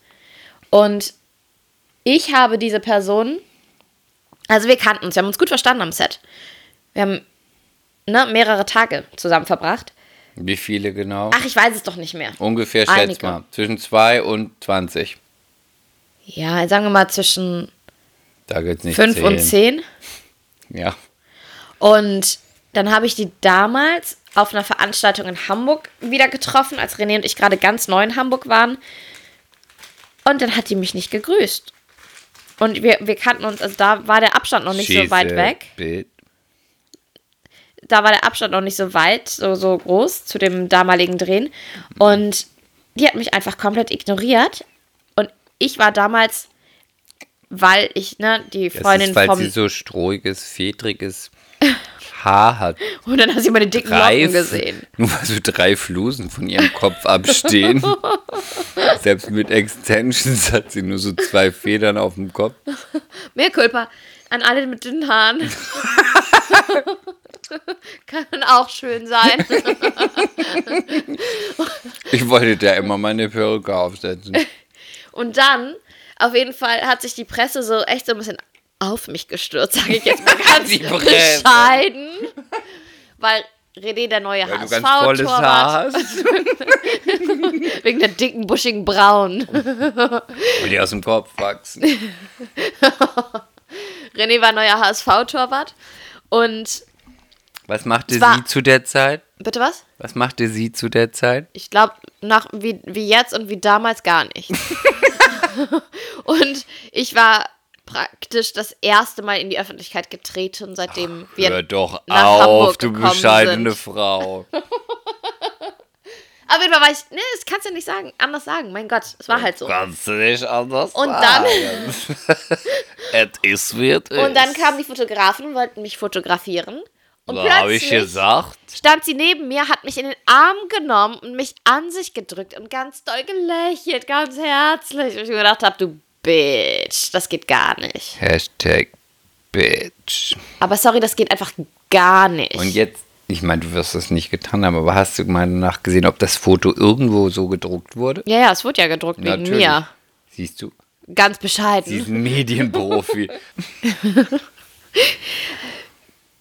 S2: Und ich habe diese Person, also wir kannten uns, wir haben uns gut verstanden am Set. Wir haben ne, mehrere Tage zusammen verbracht.
S3: Wie viele genau?
S2: Ach, ich weiß es doch nicht mehr.
S3: Ungefähr schätzt
S2: einige.
S3: mal. Zwischen 2 und 20.
S2: Ja, sagen wir mal zwischen
S3: Da geht's nicht.
S2: 5 und 10.
S3: Ja.
S2: Und dann habe ich die damals auf einer Veranstaltung in Hamburg wieder getroffen, als René und ich gerade ganz neu in Hamburg waren. Und dann hat die mich nicht gegrüßt. Und wir, wir kannten uns, also da war der Abstand noch nicht so
S3: She's
S2: weit
S3: a
S2: weg.
S3: bit-
S2: Da war der Abstand noch nicht so weit, so, so groß zu dem damaligen Drehen. Und die hat mich einfach komplett ignoriert. Und ich war damals, weil ich, ne, die
S3: Das
S2: Freundin
S3: ist, weil
S2: vom.
S3: sie so strohiges, fedriges Haar hat.
S2: und dann hat sie meine dicken
S3: Drei,
S2: Locken gesehen.
S3: Nur weil so drei Flusen von ihrem Kopf abstehen. Selbst mit Extensions hat sie nur so zwei Federn auf dem Kopf.
S2: Mehr Kulpa an alle mit dünnen Haaren. Kann auch schön sein.
S3: Ich wollte da immer meine Perücke aufsetzen.
S2: Und dann, auf jeden Fall, hat sich die Presse so echt so ein bisschen auf mich gestürzt, sage ich jetzt mal ganz
S3: Die Presse.
S2: bescheiden. Weil René der neue
S3: Weil du ganz volles
S2: HSV-Torwart
S3: Haar hast.
S2: wegen der dicken, buschigen Brauen.
S3: Und die aus dem Kopf wachsen.
S2: René war neuer HSV-Torwart. Und,
S3: Was machte
S2: Es war-
S3: sie zu der Zeit?
S2: bitte was?
S3: Was machte sie zu der Zeit?
S2: Ich glaube, nach wie, wie jetzt und wie damals gar nicht. und ich war praktisch das erste Mal in die Öffentlichkeit getreten, seitdem wir.
S3: Hör doch
S2: nach
S3: auf,
S2: Hamburg
S3: du
S2: gekommen
S3: bescheidene
S2: sind.
S3: Frau.
S2: Auf jeden Fall war ich. Ne, das kannst du nicht sagen, anders sagen. Mein Gott, es war halt so.
S3: Kannst du nicht anders
S2: Und dann-
S3: sagen. Es ist, wie es
S2: Und dann
S3: ist.
S2: kamen die Fotografen und wollten mich fotografieren. Und
S3: So habe ich
S2: plötzlich
S3: gesagt.
S2: stand sie neben mir, hat mich in den Arm genommen und mich an sich gedrückt und ganz doll gelächelt, ganz herzlich. Und ich mir gedacht habe, du Bitch, das geht gar nicht.
S3: Hashtag Bitch.
S2: Aber sorry, das geht einfach gar nicht.
S3: Und jetzt, ich meine, du wirst das nicht getan haben, aber hast du mal nachgesehen, ob das Foto irgendwo so gedruckt wurde?
S2: Ja, ja, es wurde ja gedruckt wegen mir.
S3: Siehst du?
S2: Ganz bescheiden.
S3: Diesen Medienprofi.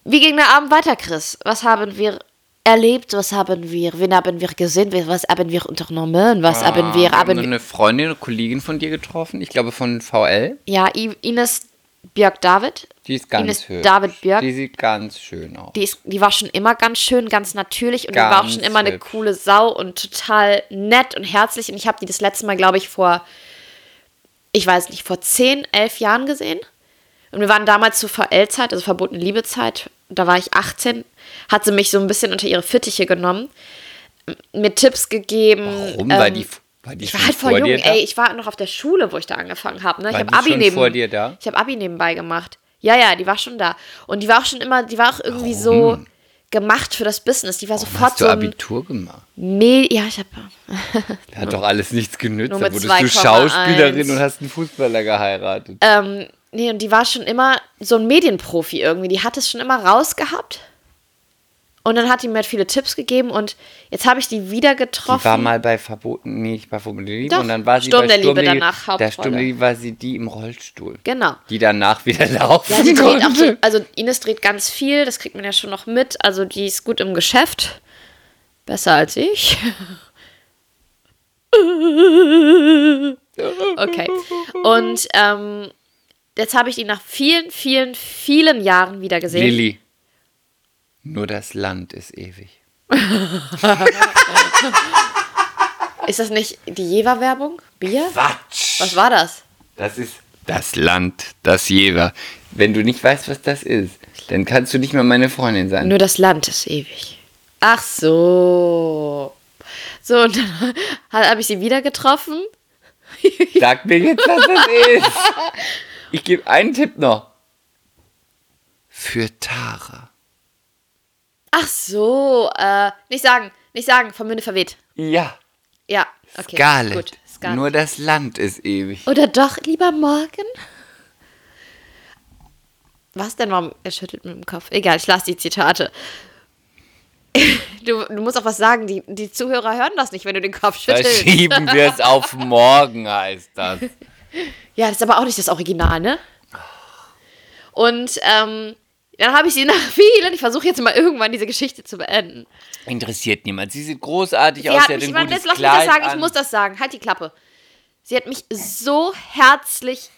S2: Wie ging der Abend weiter, Chris? Was haben wir erlebt? Was haben wir? Wen haben wir gesehen? Was haben wir unternommen? Was haben wir?
S3: Haben
S2: Haben
S3: Ah, wir
S2: wir
S3: eine Freundin oder Kollegin von dir getroffen? Ich glaube von VL.
S2: ja, I- Ines Björk-David.
S3: Die ist ganz
S2: Ines
S3: hübsch.
S2: David Björk.
S3: Die sieht ganz schön aus.
S2: Die, ist, die war schon immer ganz schön, ganz natürlich und die war auch
S3: Genau. Ganz
S2: schon immer eine
S3: hübsch.
S2: coole Sau und total nett und herzlich. Und ich habe die das letzte Mal, glaube ich, vor, ich weiß nicht, vor 10, 11 Jahren gesehen. Und wir waren damals zur VL-Zeit, also verbotene Liebezeit, da war ich 18, hat sie mich so ein bisschen unter ihre Fittiche genommen, mir Tipps gegeben.
S3: Warum? weil die, weil
S2: ähm,
S3: die
S2: ich
S3: schon
S2: war halt voll
S3: vor
S2: jung,
S3: dir da?
S2: ey. Ich war noch auf der Schule, wo ich da angefangen habe. Ne? Ich
S3: War
S2: habe
S3: die
S2: Abi
S3: schon
S2: neben,
S3: vor dir da?
S2: Ich habe Abi nebenbei gemacht. Ja, ja, die war schon da. Und die war auch schon immer, die war auch irgendwie so gemacht für das Business. Die war sofort
S3: Hast du
S2: so ein
S3: Abitur gemacht?
S2: Me Ja, ich habe.
S3: Hat doch alles nichts genützt.
S2: Nur
S3: Da
S2: mit
S3: wurdest du
S2: 2,1.
S3: Schauspielerin und hast einen Fußballer geheiratet.
S2: Ähm, nee, und die war schon immer so ein Medienprofi irgendwie. Die hat es schon immer rausgehabt. Und dann hat die mir halt viele Tipps gegeben und jetzt habe ich die wieder getroffen.
S3: Die war mal bei Verboten, nee, nicht bei Verboten der Liebe.
S2: Doch,
S3: und dann war sie
S2: Sturm
S3: bei
S2: der Liebe
S3: Liebe.
S2: danach,
S3: der
S2: Hauptrolle.
S3: Sturm der Liebe war sie die im Rollstuhl.
S2: Genau.
S3: Die danach wieder laufen
S2: Ja, die dreht auch,
S3: konnte.
S2: so- also Ines dreht ganz viel, das kriegt man ja schon noch mit. Also die ist gut im Geschäft. Besser als ich. Okay. Und ähm, jetzt habe ich ihn nach vielen, vielen, vielen Jahren wieder gesehen.
S3: Lilly. Nur das Land ist ewig.
S2: Ist das nicht die Jever-Werbung? Bier?
S3: Quatsch!
S2: Was war das?
S3: Das ist das Land, das Jever. Wenn du nicht weißt, was das ist, dann kannst du nicht mehr meine Freundin sein.
S2: Nur das Land ist ewig. Ach so. So, und dann habe ich sie wieder getroffen.
S3: Sag mir jetzt, was das ist. Ich gebe einen Tipp noch. Für Tara.
S2: Ach so, äh, nicht sagen, nicht sagen, vom Münde verweht.
S3: Ja.
S2: Ja, okay.
S3: Scarlett.
S2: Gut, Scarlett.
S3: Nur das Land ist ewig.
S2: Oder doch lieber morgen? Was denn? Warum er schüttelt mit dem Kopf? Egal, ich lasse die Zitate. Du, du musst auch was sagen. Die, die Zuhörer hören das nicht, wenn du den Kopf schüttelst.
S3: Verschieben wir es auf morgen, heißt das.
S2: Ja, das ist aber auch nicht das Original, ne? Und ähm, dann habe ich sie nach vielen. Ich versuche jetzt mal irgendwann diese Geschichte zu beenden.
S3: Interessiert niemand. Sie sieht großartig
S2: Sie
S3: aus.
S2: hat
S3: Sie hat
S2: mich,
S3: ein
S2: Mann,
S3: gutes
S2: jetzt lass mich
S3: Kleid
S2: das sagen, ich
S3: an.
S2: muss das sagen. Halt die Klappe. Sie hat mich so herzlich,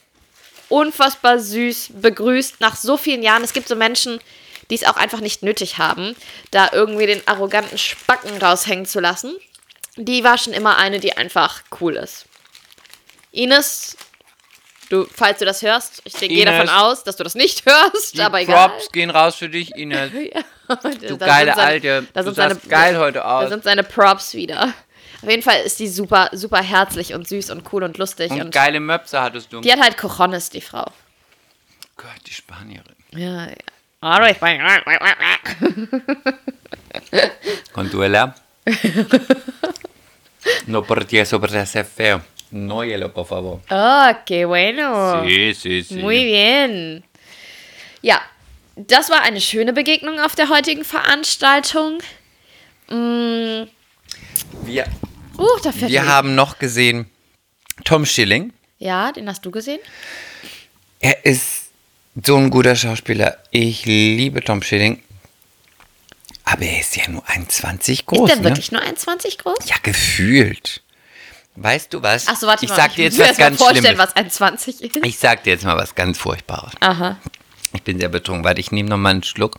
S2: unfassbar süß begrüßt nach so vielen Jahren. Es gibt so Menschen, die es auch einfach nicht nötig haben, da irgendwie den arroganten Spacken raushängen zu lassen. Die war schon immer eine, die einfach cool ist. Ines, du, falls du das hörst, ich gehe
S3: Ines.
S2: davon aus, dass du das nicht hörst,
S3: Die
S2: aber egal.
S3: Props gehen raus für dich, Ines.
S2: Du
S3: geile Alte. Du sahst geil heute aus.
S2: Da sind seine Props wieder. Auf jeden Fall ist die super, super herzlich und süß und cool und lustig. Und,
S3: Und geile Möpse hattest du.
S2: die hat halt Cojones, die Frau.
S3: Gott, die Spanierin.
S2: Ja, ja. Aber ich mein-
S3: Conduela. no por ti, eso por hacer feo. No hielo, por favor.
S2: Okay, bueno.
S3: Sí, sí, sí.
S2: Oh. Muy bien. Ja, das war eine schöne Begegnung auf der heutigen Veranstaltung. Mm,
S3: Wir,
S2: uh, da fährt
S3: wir
S2: die-
S3: haben noch gesehen Tom Schilling.
S2: Ja, den hast du gesehen?
S3: Er ist so ein guter Schauspieler. Ich liebe Tom Schilling. Aber er ist ja nur 1,20 groß.
S2: Ist der
S3: ne?
S2: wirklich nur 1,20 groß?
S3: Ja, gefühlt. Weißt du was?
S2: Ach so, warte
S3: ich
S2: mal.
S3: sag dir jetzt
S2: muss
S3: was
S2: mir erst
S3: ganz
S2: mal vorstellen,
S3: Schlimmes.
S2: was Ah. 1,20 ist.
S3: Ich sag dir jetzt mal was ganz Furchtbares.
S2: Aha.
S3: Ich bin sehr betrunken. Warte, ich nehme noch mal einen Schluck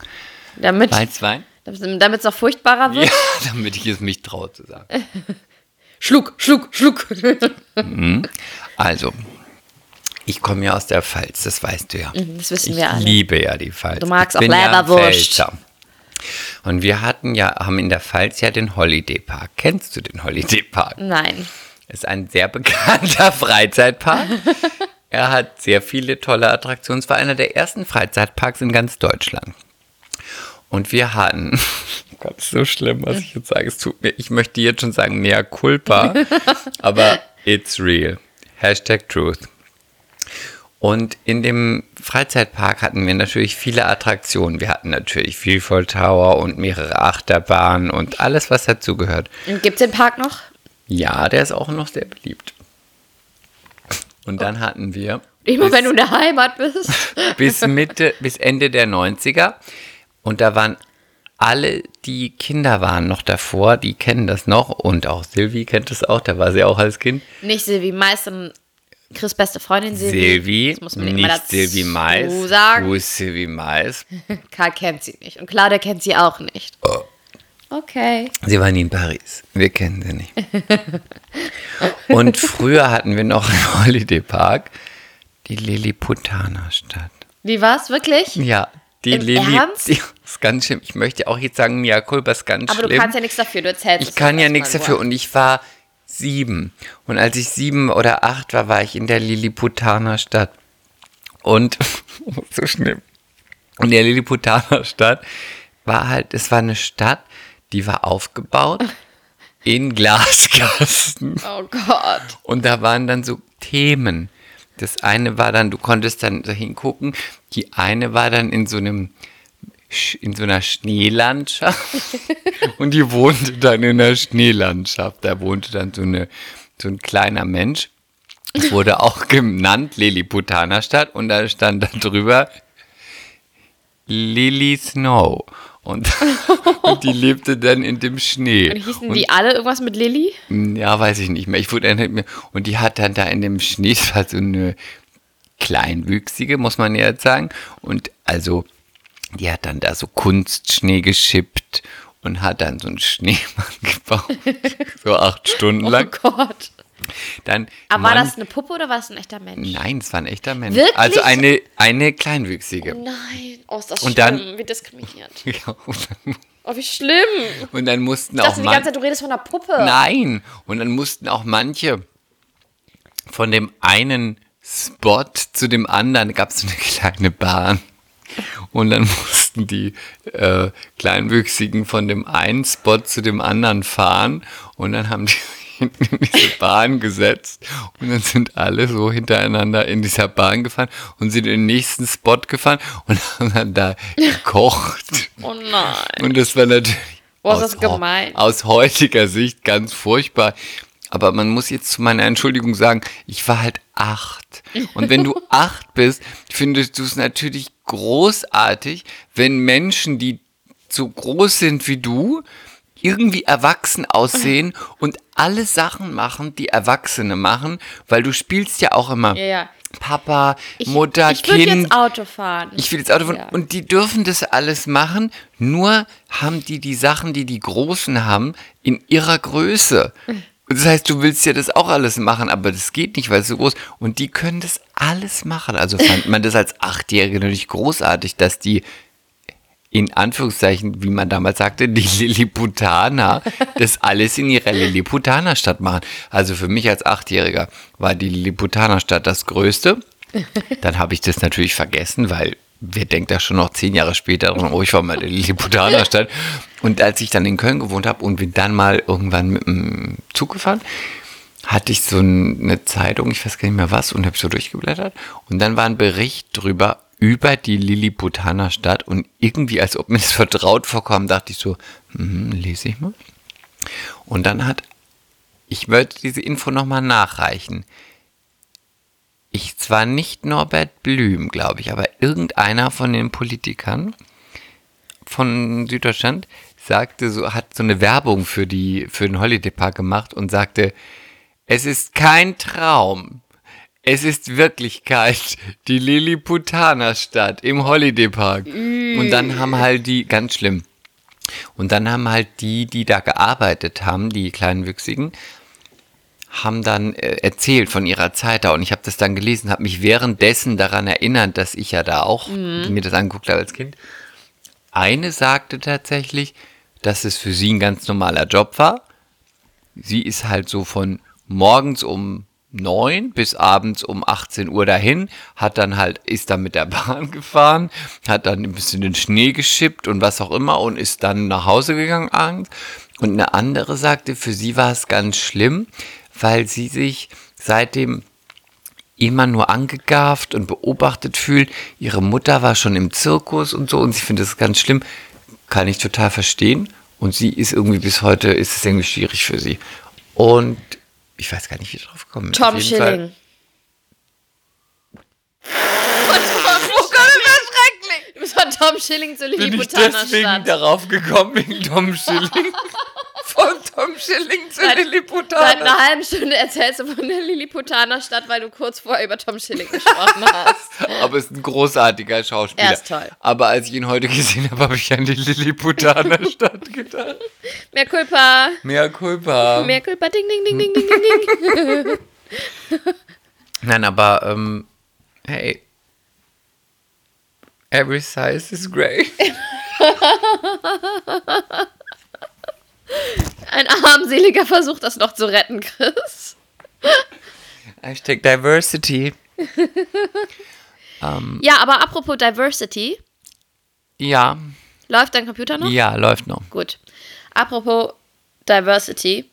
S2: Damit
S3: Weißwein.
S2: es noch furchtbarer wird.
S3: Ja, damit ich es mich traue zu sagen.
S2: Schluck, schluck, schluck.
S3: Also, ich komme ja aus der Pfalz, das weißt du ja.
S2: Das wissen
S3: ich
S2: wir alle.
S3: liebe ja die Pfalz.
S2: Du magst
S3: ich
S2: auch
S3: bin ja ein
S2: Leberwurst.
S3: Pfälzer. Und wir hatten ja, haben in der Pfalz ja den Holiday Park. Kennst du den Holiday Park?
S2: Nein.
S3: Ist ein sehr bekannter Freizeitpark. er hat sehr viele tolle Attraktionen. Es war einer der ersten Freizeitparks in ganz Deutschland. Und wir hatten, oh Gott, ist so schlimm, was ich jetzt sage. Es tut mir, ich möchte jetzt schon sagen, mea culpa, aber it's real. Hashtag truth. Und in dem Freizeitpark hatten wir natürlich viele Attraktionen. Wir hatten natürlich Vielfold Tower und mehrere Achterbahnen und alles, was dazugehört.
S2: Gibt es den Park noch?
S3: Ja, der ist auch noch sehr beliebt. Und
S2: Oh.
S3: dann hatten wir
S2: Immer
S3: bis,
S2: wenn du in der Heimat bist.
S3: bis Mitte, bis Ende der 90er. Und da waren alle, die Kinder waren noch davor, die kennen das noch. Und auch Silvi kennt das auch, da war sie auch als Kind.
S2: Nicht Silvi Mais, sondern Chris' beste Freundin Silvi.
S3: Silvi,
S2: Das muss man immer
S3: nicht
S2: dazu
S3: Silvi Mais.
S2: sagen.
S3: Wo ist Silvi Mais?
S2: Karl kennt sie nicht. Und Claudia kennt sie auch nicht.
S3: Oh.
S2: Okay.
S3: Sie war nie in Paris. Wir kennen sie nicht. Und früher hatten wir noch einen Holiday Park, die Lilliputanerstadt.
S2: Wie war's? Wirklich?
S3: Ja, die
S2: Im
S3: Lilly.
S2: Ernst?
S3: Die, ist ganz schlimm. Ich möchte auch jetzt sagen, Mia Culpa ist ganz
S2: Aber
S3: schlimm.
S2: du kannst ja nichts dafür. Du erzählst
S3: ich kann ja nichts dafür.
S2: Und
S3: Und ich war sieben. Und als ich sieben oder acht war, war ich in der Lilliputaner Stadt. Und oh, so schlimm. Und der Lilliputaner Stadt war halt, es war eine Stadt, die war aufgebaut in Glaskasten.
S2: oh Gott.
S3: Und da waren dann so Themen. Das eine war dann, du konntest dann so hingucken. Die eine war dann in so einem Sch- in so einer Schneelandschaft und die wohnte dann in der Schneelandschaft. Da wohnte dann so, eine, so ein kleiner Mensch. Es wurde auch genannt Lilliputanerstadt und da stand da drüber Lily Snow. Und, und die lebte dann in dem Schnee.
S2: Und hießen die alle irgendwas mit Lilly?
S3: Ja, weiß ich nicht mehr. Ich wurde erinnert mir. Und die hat dann da in dem Schnee, es war so eine kleinwüchsige, muss man ja jetzt sagen. Und also, die hat dann da so Kunstschnee geschippt und hat dann so einen Schneemann gebaut. so acht Stunden
S2: Oh
S3: lang.
S2: Gott.
S3: Dann
S2: Aber war
S3: Mann-
S2: das eine Puppe oder war das ein echter Mensch?
S3: Nein, es war ein echter Mensch.
S2: Wirklich?
S3: Also eine, eine kleinwüchsige.
S2: Nein. Oh, ist das
S3: Und
S2: schlimm.
S3: dann-
S2: wie diskriminiert.
S3: Ja, und, dann,
S2: Oh, wie schlimm.
S3: und dann mussten
S2: Ich
S3: auch
S2: dachte die
S3: Mann-
S2: ganze Zeit, du redest von einer Puppe.
S3: Nein. Und dann mussten auch manche von dem einen Spot zu dem anderen, gab es so eine kleine Bahn. Und dann mussten die äh, Kleinwüchsigen von dem einen Spot zu dem anderen fahren. Und dann haben die hinten in diese Bahn gesetzt. Und dann sind alle so hintereinander in dieser Bahn gefahren und sind in den nächsten Spot gefahren und haben dann da gekocht.
S2: Oh nein.
S3: Und das war natürlich
S2: Boah, ist Oh, das
S3: heu-
S2: gemein.
S3: aus heutiger Sicht ganz furchtbar. Aber man muss jetzt zu meiner Entschuldigung sagen, ich war halt acht. Und wenn du acht bist, findest du es natürlich großartig, wenn Menschen, die so groß sind wie du, irgendwie erwachsen aussehen und alle Sachen machen, die Erwachsene machen, weil du spielst ja auch immer
S2: Ja, ja.
S3: Papa,
S2: Ich,
S3: Mutter,
S2: ich würde
S3: Kind.
S2: jetzt Auto fahren.
S3: Ich will jetzt Auto fahren.
S2: Ja.
S3: Und die dürfen das alles machen, nur haben die die Sachen, die die Großen haben, in ihrer Größe. Und das heißt, du willst ja das auch alles machen, aber das geht nicht, weil es so groß Und die können das alles machen. Also fand man das als Achtjährige natürlich großartig, dass die in Anführungszeichen, wie man damals sagte, die Lilliputaner, das alles in ihrer Lilliputanerstadt machen. Also für mich als Achtjähriger war die Lilliputanerstadt das Größte. Dann habe ich das natürlich vergessen, weil wer denkt da schon noch zehn Jahre später dran, oh, ich war mal in der Lilliputanerstadt. Und als ich dann in Köln gewohnt habe und bin dann mal irgendwann mit dem Zug gefahren, hatte ich so ein- eine Zeitung, ich weiß gar nicht mehr was, und habe so durchgeblättert. Und dann war ein Bericht drüber, über die Lilliputaner Stadt. Und irgendwie, als ob mir das vertraut vorkam, dachte ich so, hm, lese ich mal. Und dann hat, ich wollte diese Info nochmal nachreichen. Ich zwar nicht Norbert Blüm, glaube ich, aber irgendeiner von den Politikern von Süddeutschland sagte so, hat so eine Werbung für die, für den Holiday Park gemacht und sagte, es ist kein Traum. Es ist Wirklichkeit. Die Lilliputanerstadt im Holiday Park. Und dann haben halt die, ganz schlimm. Und dann haben halt die, die da gearbeitet haben, die kleinen Wüchsigen, haben dann äh, erzählt von ihrer Zeit da und ich habe das dann gelesen, habe mich währenddessen daran erinnert, dass ich ja da auch mir das angeguckt habe als Kind. Eine sagte tatsächlich, dass es für sie ein ganz normaler Job war. Sie ist halt so von morgens um 9 bis abends um 18 Uhr dahin, hat dann halt, ist dann mit der Bahn gefahren, hat dann ein bisschen den Schnee geschippt und was auch immer und ist dann nach Hause gegangen abends. Und eine andere sagte, für sie war es ganz schlimm, weil sie sich seitdem immer nur angegafft und beobachtet fühlt. Ihre Mutter war schon im Zirkus und so und sie findet es ganz schlimm. Kann ich total verstehen. Und sie ist irgendwie bis heute, ist es irgendwie schwierig für sie. Und ich weiß gar nicht, wie ich drauf gekommen bin.
S2: Tom
S3: Auf jeden Fall-
S2: Schilling. Oh Du bist von Tom Schilling zur
S3: Bin ich
S2: Lilliputaner
S3: deswegen
S2: Stadt.
S3: darauf gekommen, wegen Tom Schilling?
S4: Von Tom Schilling zu
S2: Seit- Seit
S4: Lilliputaner.
S2: einer halben Stunde erzählst du von der Lilliputaner Stadt, weil du kurz vorher über Tom Schilling gesprochen hast.
S3: Aber ist ein großartiger Schauspieler.
S2: Er ist toll.
S3: Aber als ich ihn heute gesehen habe, habe ich an die Lilliputaner Stadt gedacht.
S2: Mehr Culpa.
S3: Mehr Culpa.
S2: Mehr Culpa. Ding, ding, ding, ding, ding, ding, ding.
S3: Nein, aber ähm, hey, every size is great.
S2: Ein armseliger Versuch, das noch zu retten, Chris.
S3: Hashtag diversity.
S2: Ja, aber apropos Diversity.
S3: Ja,
S2: Läuft dein Computer noch?
S3: ja, läuft noch.
S2: Gut. Apropos Diversity.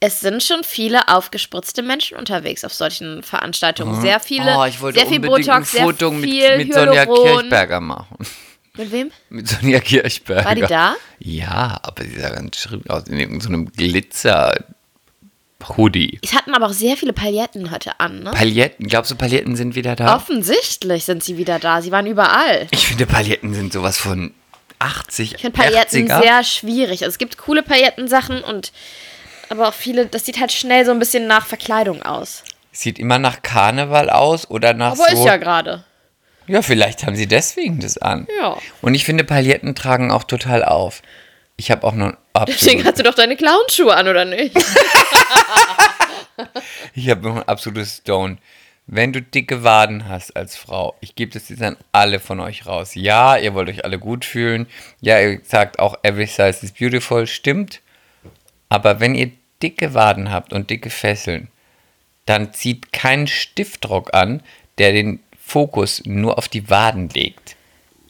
S2: Es sind schon viele aufgespritzte Menschen unterwegs auf solchen Veranstaltungen. Sehr viele,
S3: Mhm. oh, ich wollte
S2: sehr viel
S3: unbedingt
S2: Botox,
S3: ein Foto
S2: sehr
S3: mit,
S2: viel
S3: mit Sonja
S2: Hyaluron.
S3: Kirchberger machen.
S2: Mit wem?
S3: Mit Sonja Kirchberger.
S2: War die da?
S3: Ja, aber sie sah ganz schrill aus in irgendeinem Glitzer-Hoodie.
S2: Es hatten aber auch sehr viele Pailletten heute an, ne?
S3: Paletten, glaubst du, Paletten sind wieder da?
S2: Offensichtlich sind sie wieder da. Sie waren überall.
S3: Ich finde, Paletten sind sowas von 80,
S2: Ich finde Pailletten
S3: 80er.
S2: sehr schwierig. Also es gibt coole Paillettensachen und aber auch viele, das sieht halt schnell so ein bisschen nach Verkleidung aus.
S3: Sieht immer nach Karneval aus oder nach
S2: Aber
S3: so.
S2: ist ja gerade.
S3: Ja, vielleicht haben sie deswegen das an.
S2: Ja.
S3: Und ich finde, Paletten tragen auch total auf. Ich habe auch noch
S2: Deswegen
S3: absolut,
S2: hast du doch deine Clownschuhe an, oder nicht?
S3: ich hab noch ein absolutes Stone. Wenn du dicke Waden hast als Frau, ich gebe das jetzt an alle von euch raus. Ja, ihr wollt euch alle gut fühlen. Ja, ihr sagt auch, every size is beautiful, stimmt. Aber wenn ihr dicke Waden habt und dicke Fesseln, dann zieht keinen Stiftrock an, der den Fokus nur auf die Waden legt.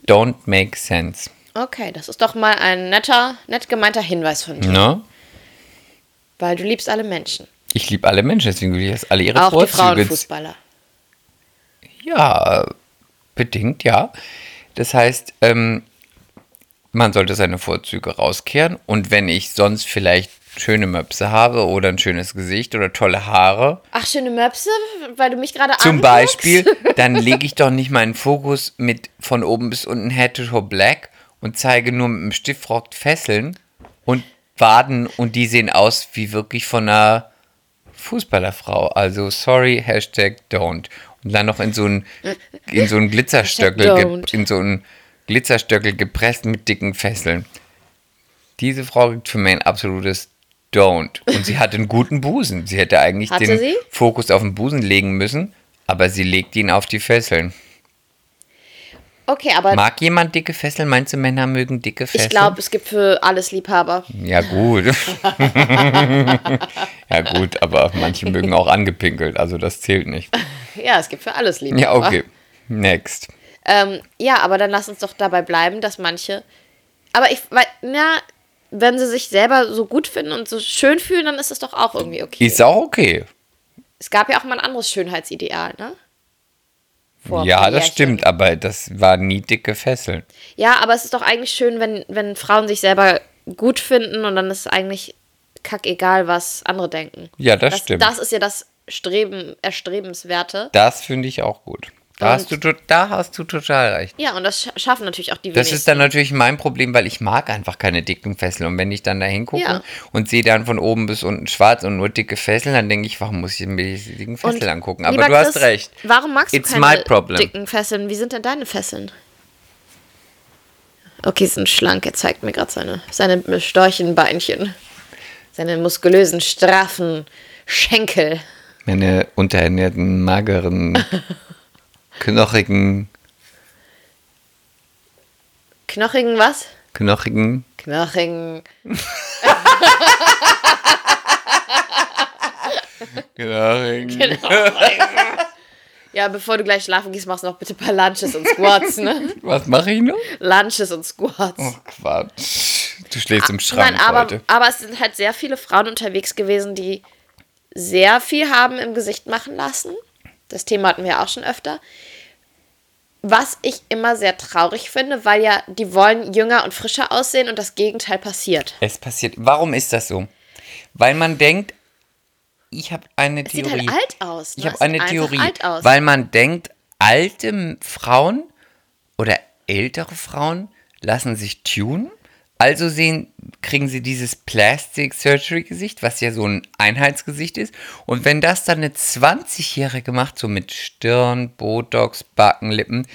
S3: Don't make sense.
S2: Okay, das ist doch mal ein netter, nett gemeinter Hinweis von dir.
S3: Ne?
S2: Weil du liebst alle Menschen.
S3: Ich liebe alle Menschen, deswegen will ich, dass alle ihre
S2: auch die
S3: Vorzüge.
S2: Frauenfußballer.
S3: Ja, äh, bedingt, ja. Das heißt, ähm, man sollte seine Vorzüge rauskehren. Und wenn ich sonst vielleicht schöne Möpse habe oder ein schönes Gesicht oder tolle Haare,
S2: Ach, schöne Möpse, weil du mich gerade
S3: zum
S2: anguckst.
S3: Beispiel, dann lege ich doch nicht meinen Fokus mit von oben bis unten Head to Toe Black und zeige nur mit dem Stiftrock Fesseln und Waden und die sehen aus wie wirklich von einer Fußballerfrau. Also sorry, Hashtag don't. Und dann noch in so einen, in so einen Glitzerstöckel,
S2: Hashtag
S3: ge-
S2: don't.
S3: in so einen Glitzerstöckel gepresst mit dicken Fesseln. Diese Frau gibt für mich ein absolutes Don't. Und sie hat einen guten Busen. Sie hätte eigentlich
S2: Hatte
S3: den
S2: sie?
S3: Fokus auf den Busen legen müssen, aber sie legt ihn auf die Fesseln.
S2: Okay, aber
S3: Mag jemand dicke Fesseln? Meinst du, Männer mögen dicke Fesseln?
S2: ich glaube, es gibt für alles Liebhaber.
S3: Ja, gut. ja, gut, aber manche mögen auch angepinkelt, also das zählt nicht.
S2: Ja, es gibt für alles Liebhaber.
S3: Ja, okay. Next.
S2: Ähm, ja, aber dann lass uns doch dabei bleiben, dass manche. Aber ich, weil, na, wenn sie sich selber so gut finden und so schön fühlen, dann ist das doch auch irgendwie okay.
S3: Ist auch okay.
S2: es gab ja auch mal ein anderes Schönheitsideal, ne? Vor ein
S3: ja,
S2: paar
S3: das
S2: Jährchen.
S3: stimmt, aber das war nie dicke Fesseln.
S2: Ja, aber es ist doch eigentlich schön, wenn, wenn Frauen sich selber gut finden und dann ist es eigentlich kackegal, was andere denken.
S3: Ja, das
S2: das
S3: stimmt.
S2: Das ist ja das Streben, Erstrebenswerte.
S3: Das finde ich auch gut. Da hast, du, to- da hast du total recht.
S2: Ja, und das scha- schaffen natürlich auch die
S3: Das
S2: wenigsten.
S3: ist dann natürlich mein Problem, weil ich mag einfach keine dicken Fesseln. Und wenn ich dann da hingucke
S2: Ja.
S3: und sehe dann von oben bis unten schwarz und nur dicke Fesseln, dann denke ich, warum muss ich mir diese dicken
S2: Und,
S3: Fesseln angucken? Aber
S2: lieber
S3: du hast
S2: Chris,
S3: recht.
S2: Warum magst du
S3: It's my
S2: keine
S3: problem.
S2: dicken Fesseln? Wie sind denn deine Fesseln? Okay, sind schlank. Er zeigt mir gerade seine, seine Storchenbeinchen. Seine muskulösen, straffen Schenkel.
S3: Meine unterernährten, mageren, knochigen,
S2: Knochigen was?
S3: knochigen.
S2: Knochigen.
S3: Knochigen.
S2: Ja, bevor du gleich schlafen gehst, machst du noch bitte ein paar Lunches und Squats, ne?
S3: Was mache ich noch?
S2: Lunches und Squats. Ah,
S3: Oh, Quatsch. Du schläfst im Schrank
S2: Nein, aber,
S3: heute.
S2: aber es sind halt sehr viele Frauen unterwegs gewesen, die sehr viel haben im Gesicht machen lassen. Das Thema hatten wir auch schon öfter. Was ich immer sehr traurig finde, weil ja die wollen jünger und frischer aussehen und das Gegenteil passiert.
S3: Es passiert. Warum ist das so? Weil man denkt, ich habe eine
S2: Sieht
S3: Theorie.
S2: halt alt aus. Ne?
S3: Ich habe
S2: Es
S3: eine
S2: sieht einfach
S3: Theorie,
S2: Alt aus.
S3: weil man denkt, alte M- Frauen oder ältere Frauen lassen sich tunen. Also sehen, kriegen sie dieses Plastic Surgery Gesicht, was ja so ein Einheitsgesicht ist. Und wenn das dann eine 20-Jährige macht, so mit Stirn, Botox, Backenlippen,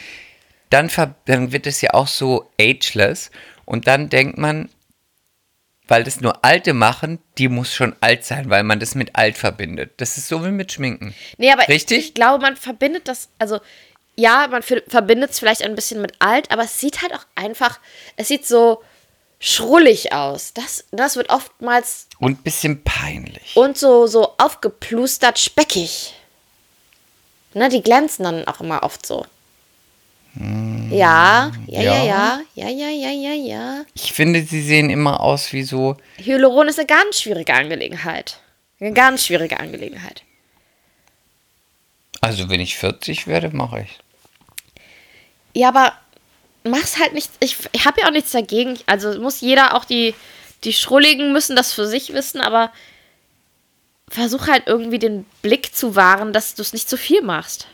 S3: dann, ver- dann wird es ja auch so ageless. Und dann denkt man, weil das nur Alte machen, die muss schon alt sein, weil man das mit alt verbindet. Das ist so wie mit Schminken.
S2: Nee, aber
S3: Richtig?
S2: Ich, ich glaube, man verbindet das, also ja, man verbindet es vielleicht ein bisschen mit alt, aber es sieht halt auch einfach, es sieht so schrullig aus. Das, das wird oftmals
S3: Und ein bisschen peinlich.
S2: und so, so aufgeplustert speckig. Ne, die glänzen dann auch immer oft so. Ja, ja, ja, ja, ja, ja, ja, ja, ja.
S3: Ich finde, sie sehen immer aus wie so.
S2: Hyaluron ist eine ganz schwierige Angelegenheit. Eine ganz schwierige Angelegenheit.
S3: Also, wenn ich 40 werde, mache ich.
S2: Ja, aber mach's halt nicht. Ich, ich habe ja auch nichts dagegen. Also muss jeder auch die, die Schrulligen müssen das für sich wissen, aber versuch halt irgendwie den Blick zu wahren, dass du es nicht zu viel machst.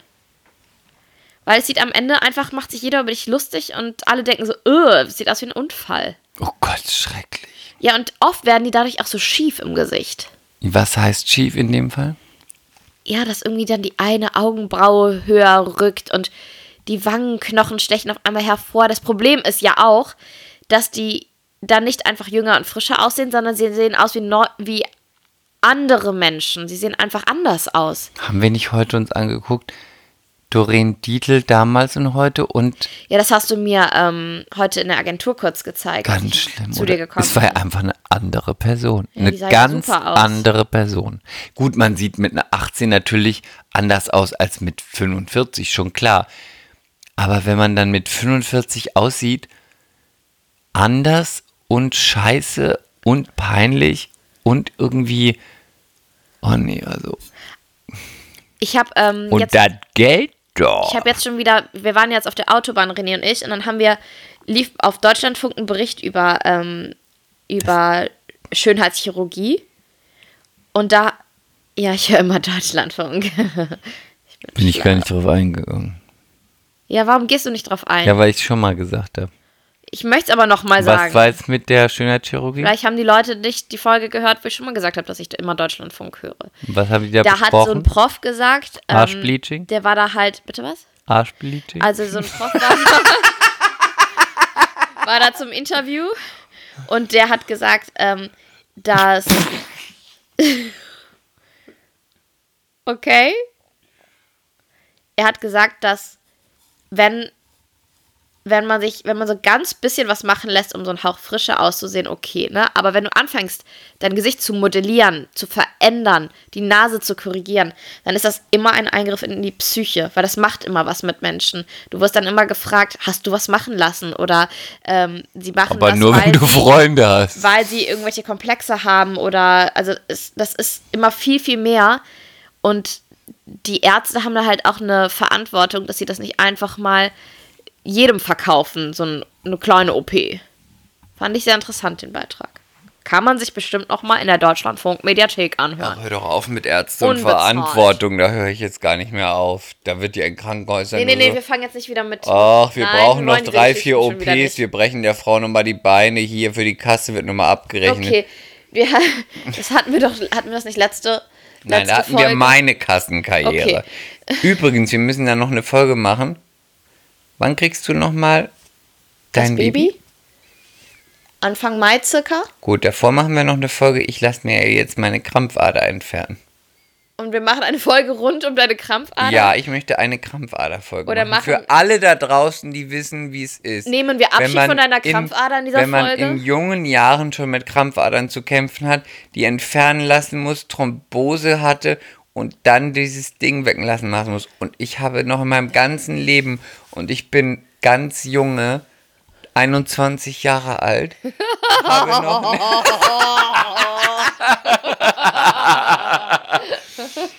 S2: Weil es sieht am Ende einfach, macht sich jeder über dich lustig und alle denken so, öh, sieht aus wie ein Unfall.
S3: Oh Gott, schrecklich.
S2: Ja, und oft werden die dadurch auch so schief im Gesicht.
S3: Was heißt schief in dem Fall?
S2: ja, dass irgendwie dann die eine Augenbraue höher rückt und die Wangenknochen stechen auf einmal hervor. Das Problem ist ja auch, dass die dann nicht einfach jünger und frischer aussehen, sondern sie sehen aus wie, neu, wie andere Menschen. Sie sehen einfach anders aus.
S3: Haben wir nicht heute uns angeguckt? Doreen Dietl damals und heute und
S2: Ja, das hast du mir ähm, heute in der Agentur kurz gezeigt. als
S3: ganz
S2: ich
S3: schlimm.
S2: Zu
S3: oder?
S2: dir gekommen.
S3: es war ja einfach eine andere Person.
S2: die
S3: eine
S2: sah ja
S3: ganz
S2: super aus.
S3: andere Person. Gut, man sieht mit einer 18 natürlich anders aus als mit 45, schon klar. Aber wenn man dann mit 45 aussieht, anders und scheiße und peinlich und irgendwie. Oh nee, also.
S2: ich habe ähm,
S3: Und
S2: jetzt
S3: das Geld doch.
S2: Ich habe jetzt schon wieder, wir waren jetzt auf der Autobahn, René und ich, und dann haben wir, lief auf Deutschlandfunk ein Bericht über, ähm, über Schönheitschirurgie. Und da, ja, ich höre immer Deutschlandfunk.
S3: Bin ich gar nicht drauf eingegangen.
S2: ja, warum gehst du nicht drauf ein?
S3: Ja, weil ich schon mal gesagt habe.
S2: Ich möchte es aber nochmal
S3: Was
S2: sagen.
S3: war jetzt mit der Schönheitschirurgie?
S2: Vielleicht haben die Leute nicht die Folge gehört, wo ich schon mal gesagt habe, dass ich immer Deutschlandfunk höre.
S3: Was haben die da,
S2: Da hat so ein
S3: besprochen?
S2: Prof gesagt. Ähm,
S3: Arschbleaching?
S2: Der war da halt, bitte was?
S3: Arschbleaching?
S2: Also so ein Prof war, war da zum Interview und der hat gesagt, ähm, dass. okay. Er hat gesagt, dass wenn, wenn man sich, wenn man so ganz bisschen was machen lässt, um so einen Hauch frischer auszusehen, okay, ne? Aber wenn du anfängst, dein Gesicht zu modellieren, zu verändern, die Nase zu korrigieren, dann ist das immer ein Eingriff in die Psyche, weil das macht immer was mit Menschen. Du wirst dann immer gefragt, hast du was machen lassen? Oder ähm, sie machen
S3: Aber
S2: das,
S3: nur
S2: weil
S3: wenn du
S2: sie,
S3: Freunde hast.
S2: weil sie irgendwelche Komplexe haben oder also es, das ist immer viel, viel mehr. Und die Ärzte haben da halt auch eine Verantwortung, dass sie das nicht einfach mal jedem verkaufen, so ein, eine kleine OP. Fand ich sehr interessant, den Beitrag. Kann man sich bestimmt noch mal in der Deutschlandfunk-Mediathek anhören.
S3: Hör doch auf mit Ärzten und
S2: Unbezahlt.
S3: Verantwortung, da höre ich jetzt gar nicht mehr auf. Da wird ja in Krankenhäusern
S2: Nee, nee,
S3: nur
S2: nee,
S3: so,
S2: wir fangen jetzt nicht wieder mit.
S3: Ach, wir
S2: Nein,
S3: brauchen noch
S2: wollen diese
S3: drei, vier
S2: Geschichten schon wieder
S3: OPs,
S2: nicht.
S3: wir brechen der Frau nochmal die Beine, hier für die Kasse wird nochmal abgerechnet.
S2: Okay, wir, das hatten wir doch, hatten wir das nicht letzte, letzte
S3: Nein, da hatten wir
S2: Folge?
S3: meine Kassenkarriere. Übrigens, wir müssen da noch eine Folge machen. Wann kriegst du nochmal
S2: Das
S3: dein Baby?
S2: Anfang Mai circa.
S3: Gut, davor machen wir noch eine Folge. Ich lasse mir jetzt meine Krampfader entfernen.
S2: Und wir machen eine Folge rund um deine Krampfader.
S3: Ja, ich möchte eine Krampfaderfolge
S2: Oder
S3: machen.
S2: machen-
S3: Für alle da draußen, die wissen, wie es ist.
S2: Nehmen wir Abschied
S3: Wenn man
S2: von deiner Krampfader in dieser
S3: Wenn man
S2: Folge?
S3: in jungen Jahren schon mit Krampfadern zu kämpfen hat, die entfernen lassen muss, Thrombose hatte und dann dieses Ding wecken lassen lassen muss. Und ich habe noch in meinem ganzen Leben, und ich bin ganz junge, 21 Jahre alt, habe noch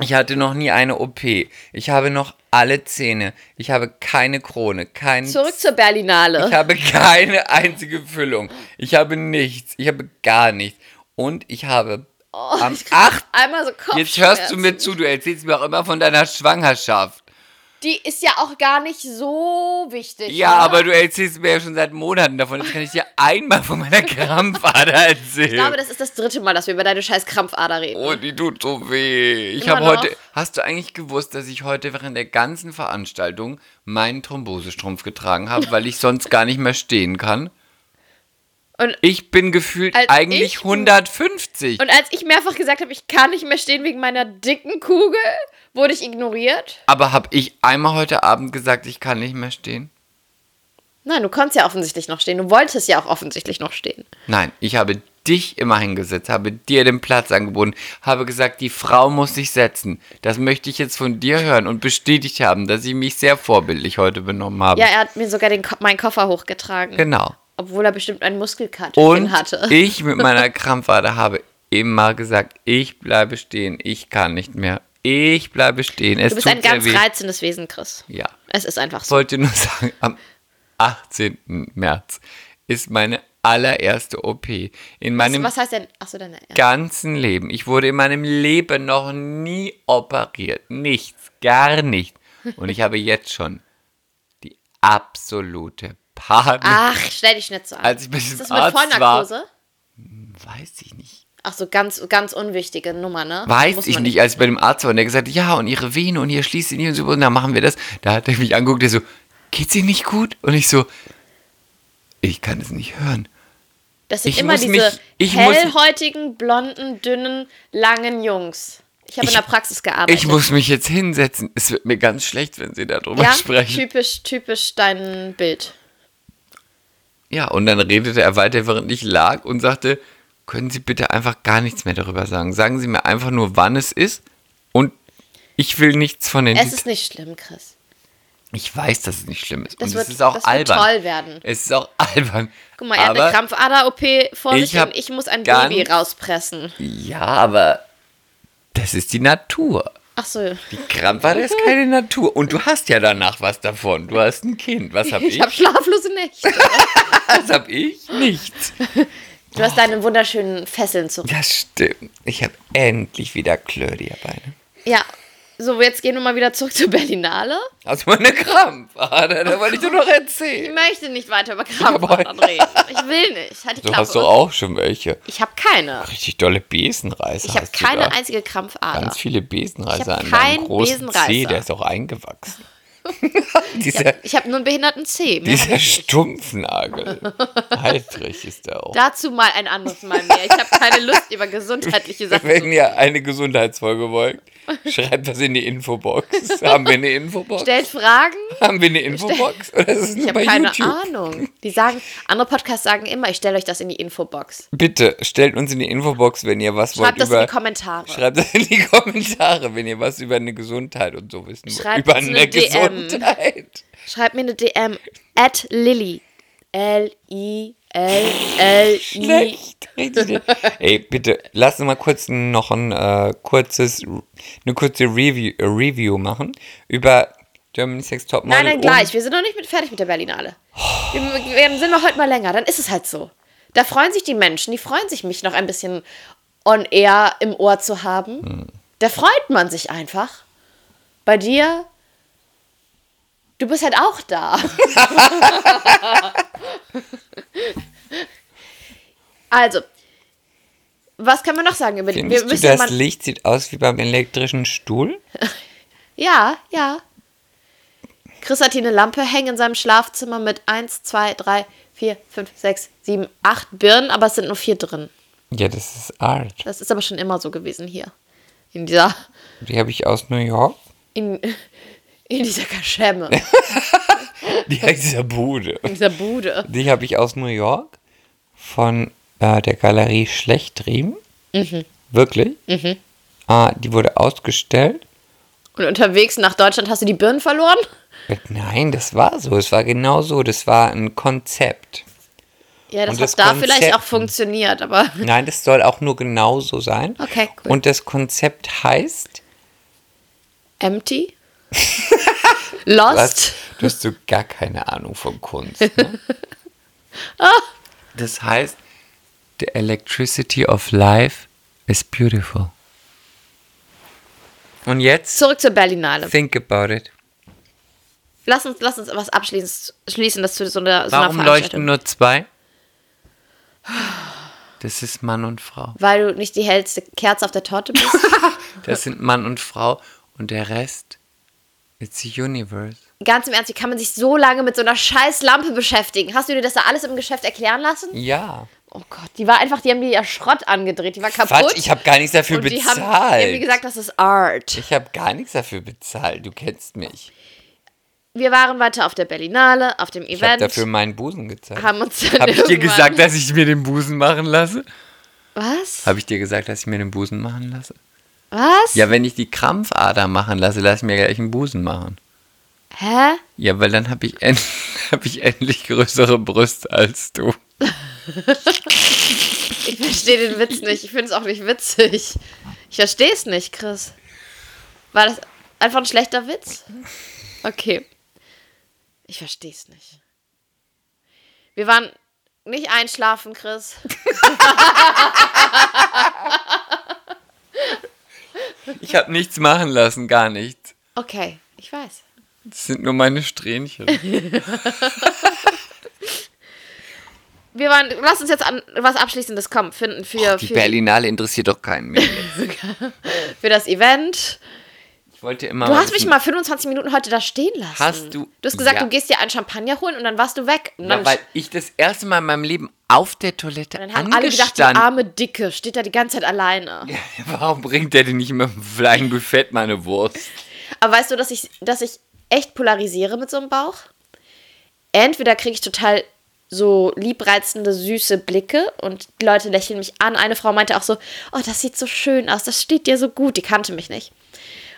S3: Ich hatte noch nie eine OP. Ich habe noch alle Zähne. Ich habe keine Krone, keinen
S2: Zurück zur Berlinale.
S3: ich habe keine einzige Füllung. Ich habe nichts. Ich habe gar nichts. Und ich habe am 8.
S2: Einmal so Kopfschmerzen.
S3: Jetzt hörst du mir zu. Du erzählst mir auch immer von deiner Schwangerschaft.
S2: Die ist ja auch gar nicht so wichtig.
S3: Ja,
S2: ne?
S3: aber du erzählst mir ja schon seit Monaten davon. Jetzt kann ich dir einmal von meiner Krampfader erzählen.
S2: Ich glaube, das ist das dritte Mal, dass wir über deine scheiß Krampfader reden.
S3: Oh, die tut so weh. Ich
S2: Immer
S3: habe heute.
S2: noch?
S3: Hast du eigentlich gewusst, dass ich heute während der ganzen Veranstaltung meinen Thrombosestrumpf getragen habe, weil ich sonst gar nicht mehr stehen kann?
S2: Und-
S3: ich bin gefühlt
S2: Als
S3: eigentlich
S2: Also ich-
S3: 150.
S2: Und als ich mehrfach gesagt habe, ich kann nicht mehr stehen wegen meiner dicken Kugel, wurde ich ignoriert.
S3: aber habe ich einmal heute Abend gesagt, ich kann nicht mehr stehen?
S2: Nein, du konntest ja offensichtlich noch stehen. Du wolltest ja auch offensichtlich noch stehen.
S3: Nein, ich habe dich immer hingesetzt, habe dir den Platz angeboten, habe gesagt, die Frau muss sich setzen. Das möchte ich jetzt von dir hören und bestätigt haben, dass ich mich sehr vorbildlich heute benommen habe.
S2: Ja, er hat mir sogar den Ko meinen Koffer hochgetragen.
S3: Genau.
S2: Obwohl er bestimmt einen Muskelkater
S3: Und
S2: hatte.
S3: ich mit meiner Krampfader habe immer gesagt, ich bleibe stehen, ich kann nicht mehr. Ich bleibe stehen. Es
S2: du bist
S3: tut
S2: ein ganz
S3: sehr weh.
S2: reizendes Wesen, Chris.
S3: Ja.
S2: Es ist einfach
S3: Ich
S2: so.
S3: wollte nur sagen, am 18. März ist meine allererste OP. In meinem
S2: Was heißt denn? Achso, deine ja.
S3: ganzen Leben. Ich wurde in meinem Leben noch nie operiert. Nichts, gar nicht. Und ich habe jetzt schon die absolute Panik.
S2: Ach, stell dich nicht so an.
S3: Als ich bei
S2: ist
S3: diesem
S2: das
S3: Arzt
S2: mit Vollnarkose?
S3: Weiß ich nicht.
S2: Ach so, ganz, ganz unwichtige Nummer, ne?
S3: Weiß
S2: Muss
S3: ich
S2: man
S3: nicht, als ich bei dem Arzt war und der gesagt hat, ja, und ihre Vene und ihr schließt ihn hier und so, und dann machen wir das. Da hat er mich angeguckt, der so, geht's Ihnen nicht gut? Und ich so, ich kann es nicht hören.
S2: Das sind
S3: Ich
S2: immer
S3: muss
S2: diese
S3: mich- ich muss-
S2: hellhäutigen, blonden, dünnen, langen Jungs. Ich habe in
S3: Ich-
S2: der Praxis gearbeitet.
S3: Ich muss mich jetzt hinsetzen. Es wird mir ganz schlecht, wenn Sie darüber
S2: ja,
S3: sprechen.
S2: typisch, typisch dein Bild.
S3: Ja, und dann redete er weiter, während ich lag und sagte, können Sie bitte einfach gar nichts mehr darüber sagen. Sagen Sie mir einfach nur, wann es ist und ich will nichts von den
S2: Es ist nicht schlimm, Chris.
S3: Ich weiß, dass es nicht schlimm ist.
S2: Das
S3: und
S2: wird-
S3: es ist auch
S2: das wird
S3: albern.
S2: toll werden.
S3: Es ist auch albern.
S2: Guck mal, er
S3: aber,
S2: hat eine Krampfader-OP vor
S3: ich
S2: sich
S3: hab
S2: und ich muss ein
S3: ganz-
S2: Baby rauspressen.
S3: Ja, aber das ist die Natur.
S2: Ach so,
S3: Die Krampfader
S2: Mhm.
S3: ist keine Natur. Und du hast ja danach was davon. Du hast ein Kind. Was hab ich?
S2: ich habe schlaflose Nächte.
S3: Was hab ich? Nichts.
S2: Du hast deine wunderschönen Fesseln zurück.
S3: Das stimmt. Ich habe endlich wieder Klödierbeine.
S2: Ja, so, jetzt gehen wir mal wieder zurück zur Berlinale.
S3: Hast du mal eine Krampfader? Da wollte ich dir noch
S2: Ich
S3: erzählen.
S2: möchte nicht weiter über
S3: Jawohl.
S2: Krampfadern reden. Ich will nicht. Halt die
S3: Du
S2: Klappe.
S3: hast doch auch schon welche.
S2: ich habe keine.
S3: Richtig dolle Besenreißer.
S2: Ich habe
S3: hast du
S2: keine
S3: da.
S2: einzige Krampfader.
S3: Ganz viele
S2: Ich
S3: Besenreißer
S2: hab
S3: an
S2: keinen
S3: deinem großen Zeh.
S2: Besenreißer.
S3: Der ist auch eingewachsen. dieser,
S2: Ich habe nur einen behinderten Zeh. Mehr
S3: dieser Stumpfnagel. Haltrich ist der auch.
S2: Dazu mal ein anderes Mal mehr. Ich habe keine Lust, über gesundheitliche Sachen zu
S3: Wenn ihr eine Gesundheitsfolge wollt, schreibt das in die Infobox. Haben wir eine Infobox?
S2: Stellt Fragen?
S3: Haben wir eine Infobox? Oder ist es
S2: Ich
S3: nur bei
S2: habe keine
S3: YouTube?
S2: Ahnung. Die sagen, andere Podcasts sagen immer, ich stelle euch das in die Infobox.
S3: Bitte stellt uns in die Infobox, wenn ihr was
S2: Schreibt
S3: wollt
S2: das
S3: über.
S2: in die Kommentare.
S3: Schreibt das in die Kommentare, wenn ihr was über eine Gesundheit und so wissen wollt.
S2: Schreibt
S3: über
S2: uns eine DM.
S3: Gesundheit.
S2: Schreibt mir eine DM. At Lilly. L-I-L-L-I.
S3: Schlecht. Richtig. Ey, bitte, lass uns mal kurz noch ein äh, kurzes, eine kurze Review, äh, Review machen über Germany's Next Top Model.
S2: Nein, nein,
S3: und-
S2: gleich. Wir sind noch nicht mit, fertig mit der Berlinale. Wir, wir sind noch heute mal länger. Dann ist es halt so. Da freuen sich die Menschen. Die freuen sich, mich noch ein bisschen on air im Ohr zu haben. Da freut man sich einfach. Bei dir. Du bist halt auch da. also, was kann man noch sagen über die?
S3: Findest du,
S2: müssen
S3: das
S2: mal-
S3: Licht sieht aus wie beim elektrischen Stuhl?
S2: Ja, ja. Chris hat hier eine Lampe hängen in seinem Schlafzimmer mit 1, 2, 3, 4, 5, 6, 7, 8 Birnen, aber es sind nur vier drin.
S3: Ja, das ist Art.
S2: Das ist aber schon immer so gewesen hier. In dieser,
S3: Die habe ich aus New York.
S2: in, in dieser Kaschemme,
S3: Die aus dieser Bude.
S2: in dieser Bude.
S3: Die habe ich aus New York von äh, der Galerie Schlechtriem.
S2: Mhm.
S3: Wirklich? Ah, die wurde ausgestellt.
S2: Und unterwegs nach Deutschland hast du die Birnen verloren?
S3: Nein, das war so. Es war genau so. Das war ein Konzept.
S2: Ja, das
S3: Und
S2: hat
S3: das
S2: da
S3: Konzept-
S2: vielleicht auch funktioniert, aber
S3: Nein, das soll auch nur genau so sein.
S2: Okay, cool.
S3: Und das Konzept heißt,
S2: empty? Lost?
S3: was, du hast so gar keine Ahnung von Kunst. Ne?
S2: Ah.
S3: Das heißt, the electricity of life is beautiful. Und jetzt,
S2: Zurück zur Berlinale.
S3: think about it.
S2: Lass uns, lass uns was abschließen, schließen, das zu so einer, so einer
S3: Warum leuchten
S2: Veranstaltung.
S3: nur zwei? Das ist Mann und Frau.
S2: Weil du nicht die hellste Kerze auf der Torte bist?
S3: Das sind Mann und Frau und der Rest, it's the universe.
S2: Ganz im Ernst, wie kann man sich so lange mit so einer scheiß Lampe beschäftigen? Hast du dir das da alles im Geschäft erklären lassen?
S3: Ja.
S2: Oh Gott, die war einfach, die haben die ja Schrott angedreht, die war kaputt.
S3: Quatsch, ich habe gar nichts dafür
S2: und die
S3: bezahlt.
S2: haben, die haben mir gesagt, das ist Art.
S3: ich habe gar nichts dafür bezahlt. Du kennst mich.
S2: Wir waren weiter auf der Berlinale, auf dem
S3: Ich habe
S2: Event.
S3: dafür meinen Busen gezeigt.
S2: haben uns dann
S3: Hab ich dir
S2: irgendwann-
S3: gesagt, dass ich mir den Busen machen lasse?
S2: Was?
S3: Habe ich dir gesagt, dass ich mir den Busen machen lasse?
S2: Was?
S3: Ja, wenn ich die Krampfader machen lasse, lass ich mir gleich einen Busen machen.
S2: Hä?
S3: Ja, weil dann habe ich, en hab ich endlich größere Brüste als du.
S2: Ich verstehe den Witz nicht. Ich finde es auch nicht witzig. Ich verstehe es nicht, Chris. War das einfach ein schlechter Witz? Okay. Ich verstehe es nicht. Wir waren nicht einschlafen, Chris.
S3: Ich habe nichts machen lassen, gar nichts.
S2: Okay, ich weiß.
S3: Das sind nur meine Strähnchen.
S2: Wir waren, lass uns jetzt an was Abschließendes kommen, finden für,
S3: Die
S2: für,
S3: Berlinale interessiert doch keinen mehr.
S2: für das Event.
S3: Ich wollte immer
S2: Du hast mich
S3: wissen-
S2: mal 25 Minuten heute da stehen lassen.
S3: Hast du-
S2: Du hast gesagt,
S3: Ja.
S2: du gehst dir einen Champagner holen und dann warst du weg. Und dann,
S3: Ja, weil ich das erste Mal in meinem Leben auf der Toilette
S2: dann haben alle gedacht, die
S3: angestanden
S2: arme Dicke steht da die ganze Zeit alleine.
S3: Warum bringt der denn nicht immer ein Flying Buffet meine Wurst?
S2: Aber weißt du, dass ich, dass ich echt polarisiere mit so einem Bauch? Entweder kriege ich total so liebreizende, süße Blicke und die Leute lächeln mich an. Eine Frau meinte auch so, oh, das sieht so schön aus, das steht dir so gut. Die kannte mich nicht.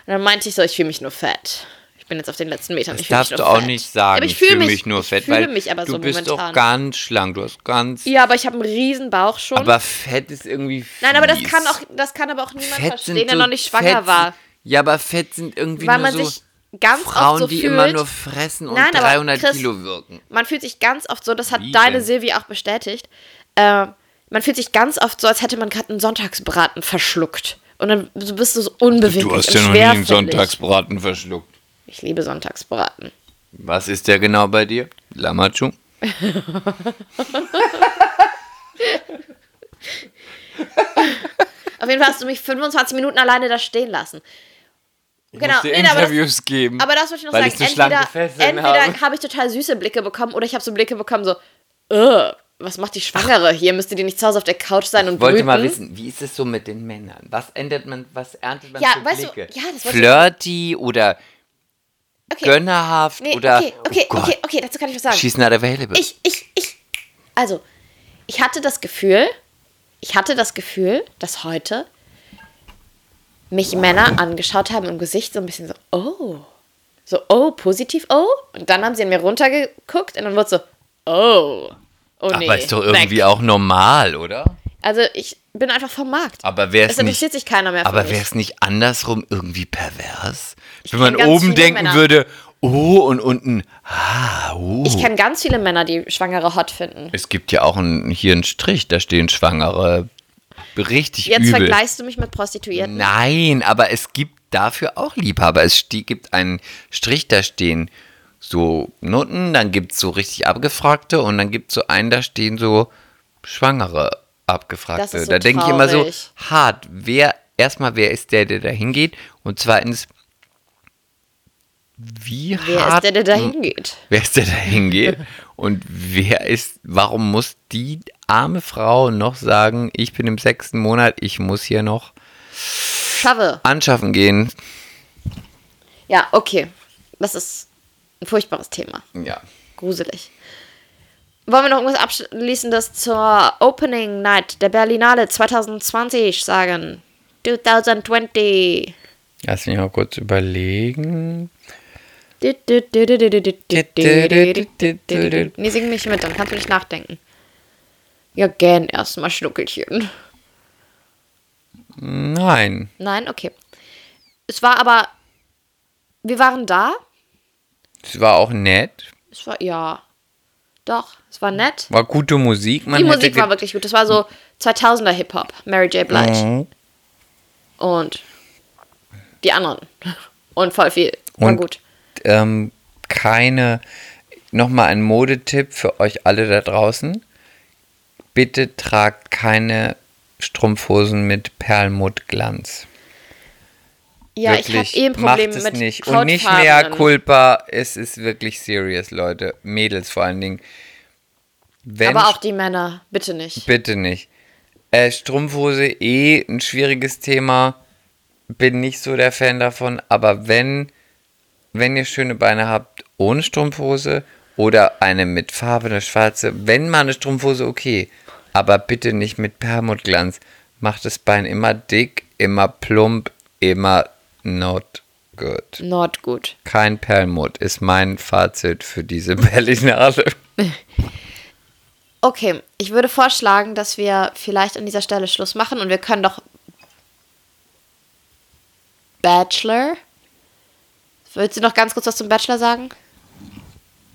S2: Und dann meinte ich so, ich fühle mich nur fett. Ich bin jetzt auf den letzten Metern.
S3: Das
S2: ich fühl mich
S3: darfst
S2: nur
S3: du auch
S2: fett.
S3: nicht sagen.
S2: Aber ich
S3: fühl
S2: fühle mich,
S3: nur
S2: ich
S3: fett,
S2: fühle
S3: weil
S2: mich aber
S3: du
S2: so
S3: bist
S2: momentan.
S3: doch ganz schlank. Du hast ganz.
S2: ja, aber ich habe einen riesen Bauch schon.
S3: Aber Fett ist irgendwie. Fies.
S2: Nein, aber das kann, auch, das kann aber auch niemand
S3: Fett sind
S2: verstehen, der
S3: so-
S2: noch nicht schwanger
S3: Fett,
S2: war.
S3: Ja, aber Fett sind irgendwie
S2: Weil
S3: nur
S2: man
S3: so
S2: sich ganz
S3: Frauen,
S2: oft so
S3: die
S2: fühlt.
S3: immer nur fressen und
S2: Nein, aber
S3: 300
S2: Chris-
S3: Kilo wirken.
S2: man fühlt sich ganz oft so, das hat
S3: Wie
S2: deine
S3: denn?
S2: Silvi auch bestätigt, äh, man fühlt sich ganz oft so, als hätte man gerade einen Sonntagsbraten verschluckt. Und dann so bist du so unbeweglich und schwerfällig.
S3: Sonntagsbraten verschluckt.
S2: Ich liebe Sonntagsbraten.
S3: Was ist der genau bei dir? Lamachu?
S2: Auf jeden Fall hast du mich 25 Minuten alleine da stehen lassen.
S3: Ich
S2: Genau,
S3: musste
S2: nee, aber das-
S3: Interviews geben.
S2: Aber das wollte ich noch
S3: weil
S2: sagen.
S3: Ich so
S2: entweder
S3: schlanke Fesseln
S2: entweder
S3: habe.
S2: habe ich total süße Blicke bekommen oder ich habe so Blicke bekommen, so, äh, was macht die Schwangere hier? Müsste die nicht zu Hause auf der Couch sein und
S3: Ich wollte
S2: brüten?
S3: mal wissen, wie ist es so mit den Männern? Was ändert man, was erntet man
S2: Ja,
S3: für
S2: weißt du,
S3: Blicke?
S2: ja, das wollte ich-
S3: Flirty oder
S2: Okay.
S3: gönnerhaft
S2: Nee,
S3: oder
S2: okay, okay,
S3: oh Gott,
S2: okay, okay, dazu kann ich was sagen.
S3: schießen der Welle.
S2: ich, ich, ich. Also, ich hatte das Gefühl, ich hatte das Gefühl, dass heute mich Männer angeschaut haben im Gesicht so ein bisschen so, oh. So, oh, positiv, oh. Und dann haben sie an mir runtergeguckt und dann wurde so, oh. Oh nee.
S3: Aber ist doch
S2: weg.
S3: irgendwie auch normal, oder?
S2: Also, ich bin einfach vom Markt.
S3: Aber wäre
S2: es
S3: es
S2: interessiert
S3: nicht,
S2: sich keiner mehr für
S3: aber
S2: mich.
S3: wäre es nicht andersrum irgendwie pervers? Wenn
S2: kenn
S3: man
S2: ganz
S3: oben
S2: viele
S3: denken
S2: Männer.
S3: würde, oh und unten, ah, uh.
S2: Ich kenne ganz viele Männer, die Schwangere hot finden.
S3: Es gibt ja auch einen, hier einen Strich, da stehen Schwangere richtig
S2: Jetzt
S3: übel.
S2: vergleichst du mich mit Prostituierten.
S3: Nein, aber es gibt dafür auch Liebhaber. Es sti- gibt einen Strich, da stehen so Nutten, dann gibt es so richtig Abgefragte und dann gibt es so einen, da stehen so Schwangere
S2: Das
S3: Abgefragte.
S2: ist so
S3: da denke ich immer so,
S2: traurig.
S3: hart, wer, erstmal, wer ist der, der da hingeht? Und zweitens, wie
S2: Wer ist
S3: hart
S2: der, der da hingeht?
S3: wer ist der da hingeht und wer ist, warum muss die arme Frau noch sagen, ich bin im sechsten Monat, ich muss hier noch
S2: Schaffe.
S3: anschaffen gehen.
S2: Ja, okay. Das ist ein furchtbares Thema.
S3: Ja.
S2: Gruselig. Wollen wir noch irgendwas Abschließendes zur Opening Night der Berlinale 2020 sagen? 2020.
S3: Lass mich mal kurz überlegen.
S2: Nee, sing nicht mit, dann kannst du nicht nachdenken. Ja, gern erstmal Schnuckelchen.
S3: Nein.
S2: Nein, okay. Es war aber. Wir waren da.
S3: Es war auch nett.
S2: Es war. Ja. Doch, es war nett.
S3: War gute Musik. Man
S2: Die
S3: hätte
S2: Musik
S3: ge-
S2: war wirklich gut. Das war so 2000er Hip-Hop. Mary J. Blige.
S3: Mhm.
S2: Und die anderen. Und voll viel. War
S3: Und-
S2: gut.
S3: ähm, keine. Nochmal ein Modetipp für euch alle da draußen. Bitte tragt keine Strumpfhosen mit Perlmuttglanz.
S2: Ja, ich
S3: Wirklich,
S2: habe eh ein Problem
S3: macht es
S2: mit
S3: nicht. Und nicht mehr
S2: hautfarbenen.
S3: Culpa. Es ist wirklich serious, Leute. Mädels vor allen Dingen. Wenn
S2: Aber auch die Männer. Bitte nicht.
S3: Bitte nicht. Äh, Strumpfhose eh ein schwieriges Thema. Bin nicht so der Fan davon. Aber wenn, wenn ihr schöne Beine habt ohne Strumpfhose oder eine mit Farbe, eine schwarze, wenn mal eine Strumpfhose, okay. Aber bitte nicht mit Perlmuttglanz. Macht das Bein immer dick, immer plump, immer not good.
S2: Not gut.
S3: Kein Perlmutt ist mein Fazit für diese Berlinale.
S2: Okay, ich würde vorschlagen, dass wir vielleicht an dieser Stelle Schluss machen und wir können doch Bachelor. Willst du noch ganz kurz was zum Bachelor sagen?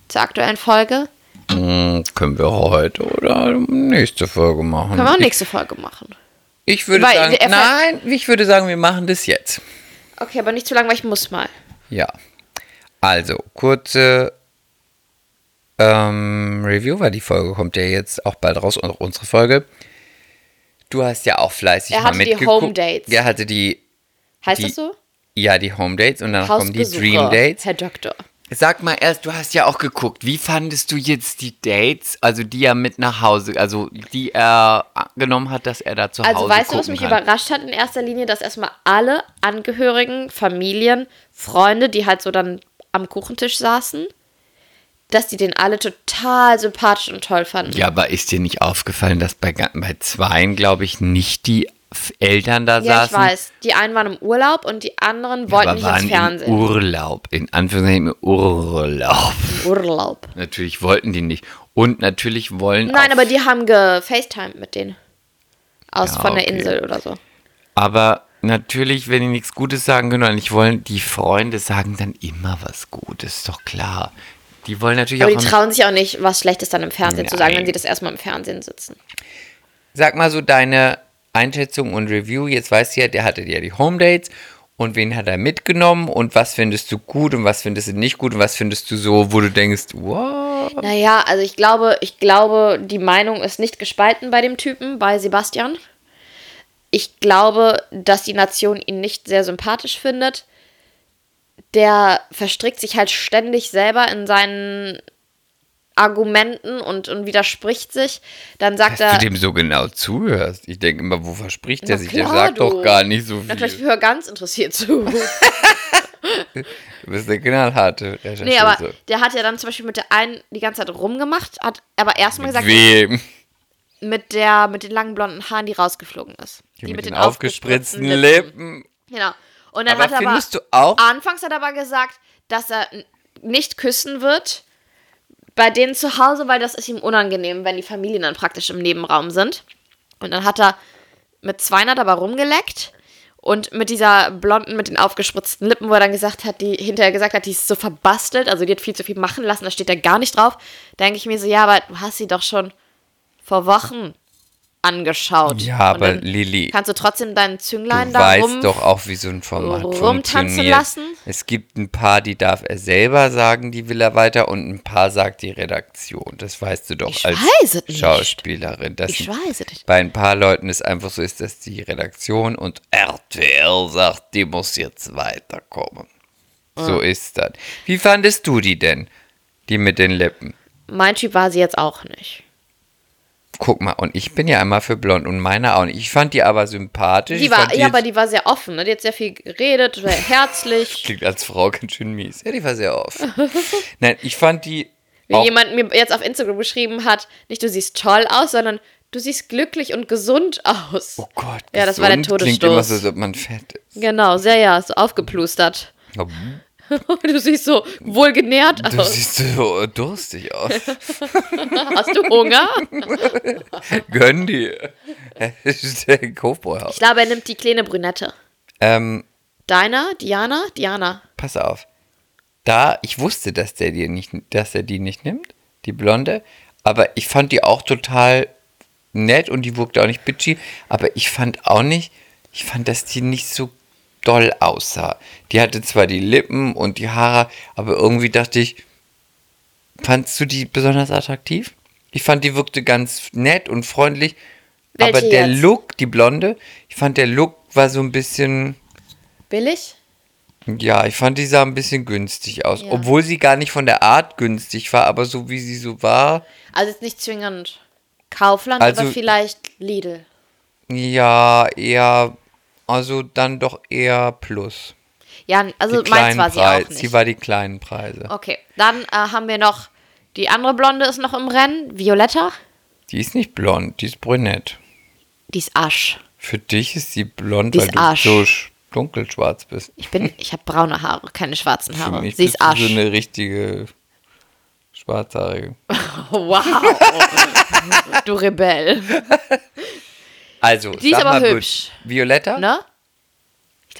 S2: Zur aktuellen Folge?
S3: Hm, können wir heute oder nächste Folge machen?
S2: Können wir auch nächste Folge machen.
S3: Ich würde
S2: Weil
S3: sagen,
S2: er ver-
S3: nein, ich würde sagen, wir machen das jetzt.
S2: Okay, aber nicht zu lang, weil ich muss mal.
S3: Ja. Also, kurze ähm, Review, weil die Folge kommt ja jetzt auch bald raus, und auch unsere Folge. Du hast ja auch fleißig
S2: Er
S3: mal
S2: hatte die
S3: mitgeguckt.
S2: Home Dates.
S3: Er hatte die,
S2: Heißt
S3: Die
S2: das so?
S3: ja, die Home Dates und dann kommen die
S2: Hausbesuche,
S3: Dream Dates.
S2: Herr Doktor.
S3: Sag mal erst, du hast ja auch geguckt. Wie fandest du jetzt die Dates, also die er mit nach Hause, also die er genommen hat, dass er da zu
S2: Also
S3: Hause
S2: weißt du, was
S3: gucken
S2: mich
S3: kann?
S2: überrascht hat in erster Linie, dass erstmal alle Angehörigen, Familien, Freunde, die halt so dann am Kuchentisch saßen, dass die den alle total sympathisch und toll fanden.
S3: Ja, aber ist dir nicht aufgefallen, dass bei, ga- bei zweien, glaube ich, nicht die F- Eltern da
S2: Ja, ich
S3: saßen?
S2: weiß. Die einen waren im Urlaub und die anderen wollten
S3: aber
S2: nicht
S3: waren
S2: ins Fernsehen.
S3: im Urlaub, in Anführungszeichen im Urlaub.
S2: Urlaub.
S3: Natürlich wollten die nicht. Und natürlich wollen
S2: Nein,
S3: auch,
S2: aber die haben gefacetimed mit denen. Aus
S3: Ja,
S2: von der
S3: okay.
S2: Insel oder so.
S3: aber natürlich, wenn die nichts Gutes sagen können oder nicht wollen, die Freunde sagen dann immer was Gutes, ist doch klar. Die wollen natürlich
S2: Aber
S3: auch
S2: die
S3: am-
S2: trauen sich auch nicht, was Schlechtes dann im Fernsehen zu sagen,
S3: Nein.
S2: wenn sie das erstmal im Fernsehen sitzen.
S3: Sag mal so deine Einschätzung und Review. Jetzt weißt du ja, der hatte ja die Home Dates und wen hat er mitgenommen und was findest du gut und was findest du nicht gut und was findest du so, wo du denkst, wow.
S2: Naja, also ich glaube, ich glaube, die Meinung ist nicht gespalten bei dem Typen, bei Sebastian. Ich glaube, dass die Nation ihn nicht sehr sympathisch findet. Der verstrickt sich halt ständig selber in seinen Argumenten und, und widerspricht sich. Dann sagt
S3: Dass du
S2: er.
S3: dem so genau zuhörst. Ich denke immer, wo verspricht
S2: Na
S3: der sich? Der
S2: klar,
S3: sagt doch
S2: du.
S3: gar nicht so
S2: Na klar, ich
S3: viel.
S2: höre ganz interessiert zu.
S3: Du bist der knallharte Rechercheuse.
S2: nee, aber der hat ja dann zum Beispiel mit der einen die ganze Zeit rumgemacht, hat aber erstmal
S3: Mit
S2: gesagt,
S3: wem?
S2: mit der mit den langen blonden Haaren, die rausgeflogen ist. Die
S3: mit, den aufgespritzten Lippen.
S2: Genau. Und dann
S3: Aber
S2: hat er
S3: findest
S2: aber,
S3: du auch-
S2: Anfangs hat er aber gesagt, dass er n- nicht küssen wird bei denen zu Hause, weil das ist ihm unangenehm, wenn die Familien dann praktisch im Nebenraum sind. Und dann hat er mit Zweinert aber rumgeleckt und mit dieser blonden, mit den aufgespritzten Lippen, wo er dann gesagt hat, die hinterher gesagt hat, die ist so verbastelt, also die hat viel zu viel machen lassen, da steht er gar nicht drauf. Da denke ich mir so, ja, aber du hast sie doch schon vor Wochen angeschaut.
S3: Ja,
S2: Und
S3: aber
S2: dann
S3: Lilly,
S2: Kannst du trotzdem deinen Zünglein
S3: Du
S2: da
S3: weißt
S2: rum?
S3: doch auch, wie so ein Format
S2: rumtanzen
S3: funktioniert.
S2: lassen?
S3: Es gibt ein paar, die darf er selber sagen, die will er weiter, und ein paar sagt die Redaktion. Das weißt du doch
S2: Ich
S3: als
S2: weiß es nicht.
S3: Schauspielerin. Dass
S2: Ich weiß es nicht.
S3: Bei ein paar Leuten es einfach so ist, dass die Redaktion und RTL sagt, die muss jetzt weiterkommen. So ist das. Wie fandest du die denn? Die mit den Lippen.
S2: Mein Typ war sie jetzt auch nicht.
S3: Guck mal, und ich bin ja einmal für blond und meine auch nicht. Ich fand die aber sympathisch.
S2: Die
S3: ich
S2: war,
S3: fand
S2: ja,
S3: jetzt-
S2: aber die war sehr offen. Ne? Die hat sehr viel geredet, sehr herzlich.
S3: Klingt als Frau ganz schön mies. Ja, die war sehr oft. Nein, ich fand die.
S2: Wie
S3: Auch,
S2: jemand mir jetzt auf Instagram geschrieben hat, nicht du siehst toll aus, sondern du siehst glücklich und gesund aus.
S3: oh Gott.
S2: Ja, das war der
S3: gesund Klingt
S2: Todesstoß.
S3: immer so, als ob man fett ist.
S2: Genau, sehr ja, so aufgeplustert.
S3: Du
S2: Du siehst so wohlgenährt aus.
S3: siehst so äh, durstig aus.
S2: Hast du Hunger?
S3: Gönn dir. Das ist der Cowboy-Haus.
S2: Ich glaube, er nimmt die kleine Brünette.
S3: Ähm,
S2: Deiner? Diana? Diana.
S3: pass auf. Da, ich wusste, dass der, die nicht, dass er die nicht nimmt, die Blonde. Aber ich fand die auch total nett und die wirkte auch nicht bitchy. Aber ich fand auch nicht, ich fand, dass die nicht so doll aussah. Die hatte zwar die Lippen und die Haare, aber irgendwie dachte ich, fandst du die besonders attraktiv? Ich fand, die wirkte ganz nett und freundlich.
S2: Welche
S3: aber der
S2: jetzt?
S3: Look, die Blonde, ich fand, der Look war so ein bisschen.
S2: Billig?
S3: Ja, ich fand, die sah ein bisschen günstig aus.
S2: Ja.
S3: Obwohl sie gar nicht von der Art günstig war, aber so wie sie so war,
S2: Also jetzt nicht zwingend Kaufland,
S3: Also-
S2: aber vielleicht Lidl.
S3: ja, eher, also dann doch eher plus.
S2: Ja, also
S3: die
S2: meins
S3: kleinen
S2: war sie
S3: Preise.
S2: auch nicht.
S3: Sie war die kleinen Preise.
S2: okay, dann äh, haben wir noch, die andere Blonde ist noch im Rennen, Violetta.
S3: Die ist nicht blond, die ist brünett.
S2: Die ist Asch.
S3: Für dich ist sie blond,
S2: Die
S3: weil
S2: ist
S3: du
S2: Arsch.
S3: so sch- dunkelschwarz bist.
S2: Ich bin, ich habe braune Haare, keine schwarzen
S3: Für
S2: Haare.
S3: mich
S2: Sie
S3: bist
S2: ist Asch.
S3: du so eine richtige schwarzhaarige.
S2: Wow. du Rebell.
S3: Also,
S2: Die ist
S3: sag
S2: aber
S3: mal,
S2: hübsch.
S3: Violetta?
S2: Ne?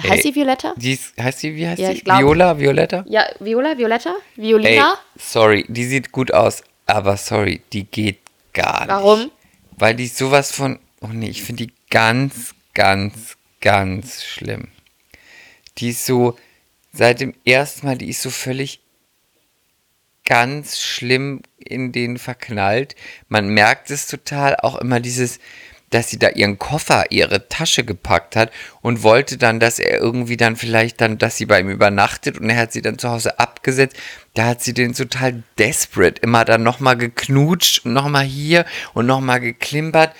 S2: Heißt
S3: Ey.
S2: sie Violetta?
S3: Die ist, heißt sie, wie heißt
S2: Ja,
S3: sie?
S2: ich glaub-
S3: Viola, Violetta?
S2: Ja, Viola, Violetta?
S3: Ey,
S2: Violina?
S3: sorry, die sieht gut aus. aber sorry, die geht gar nicht.
S2: Warum?
S3: Weil die sowas von. Oh nee, ich finde die ganz, ganz, ganz schlimm. Die ist so, seit dem ersten Mal, die ist so völlig ganz schlimm in den verknallt. Man merkt es total auch immer dieses, dass sie da ihren Koffer, ihre Tasche gepackt hat und wollte dann, dass er irgendwie dann vielleicht dann, dass sie bei ihm übernachtet und er hat sie dann zu Hause abgesetzt. Da hat sie den total desperate immer dann nochmal geknutscht und nochmal hier und nochmal geklimpert.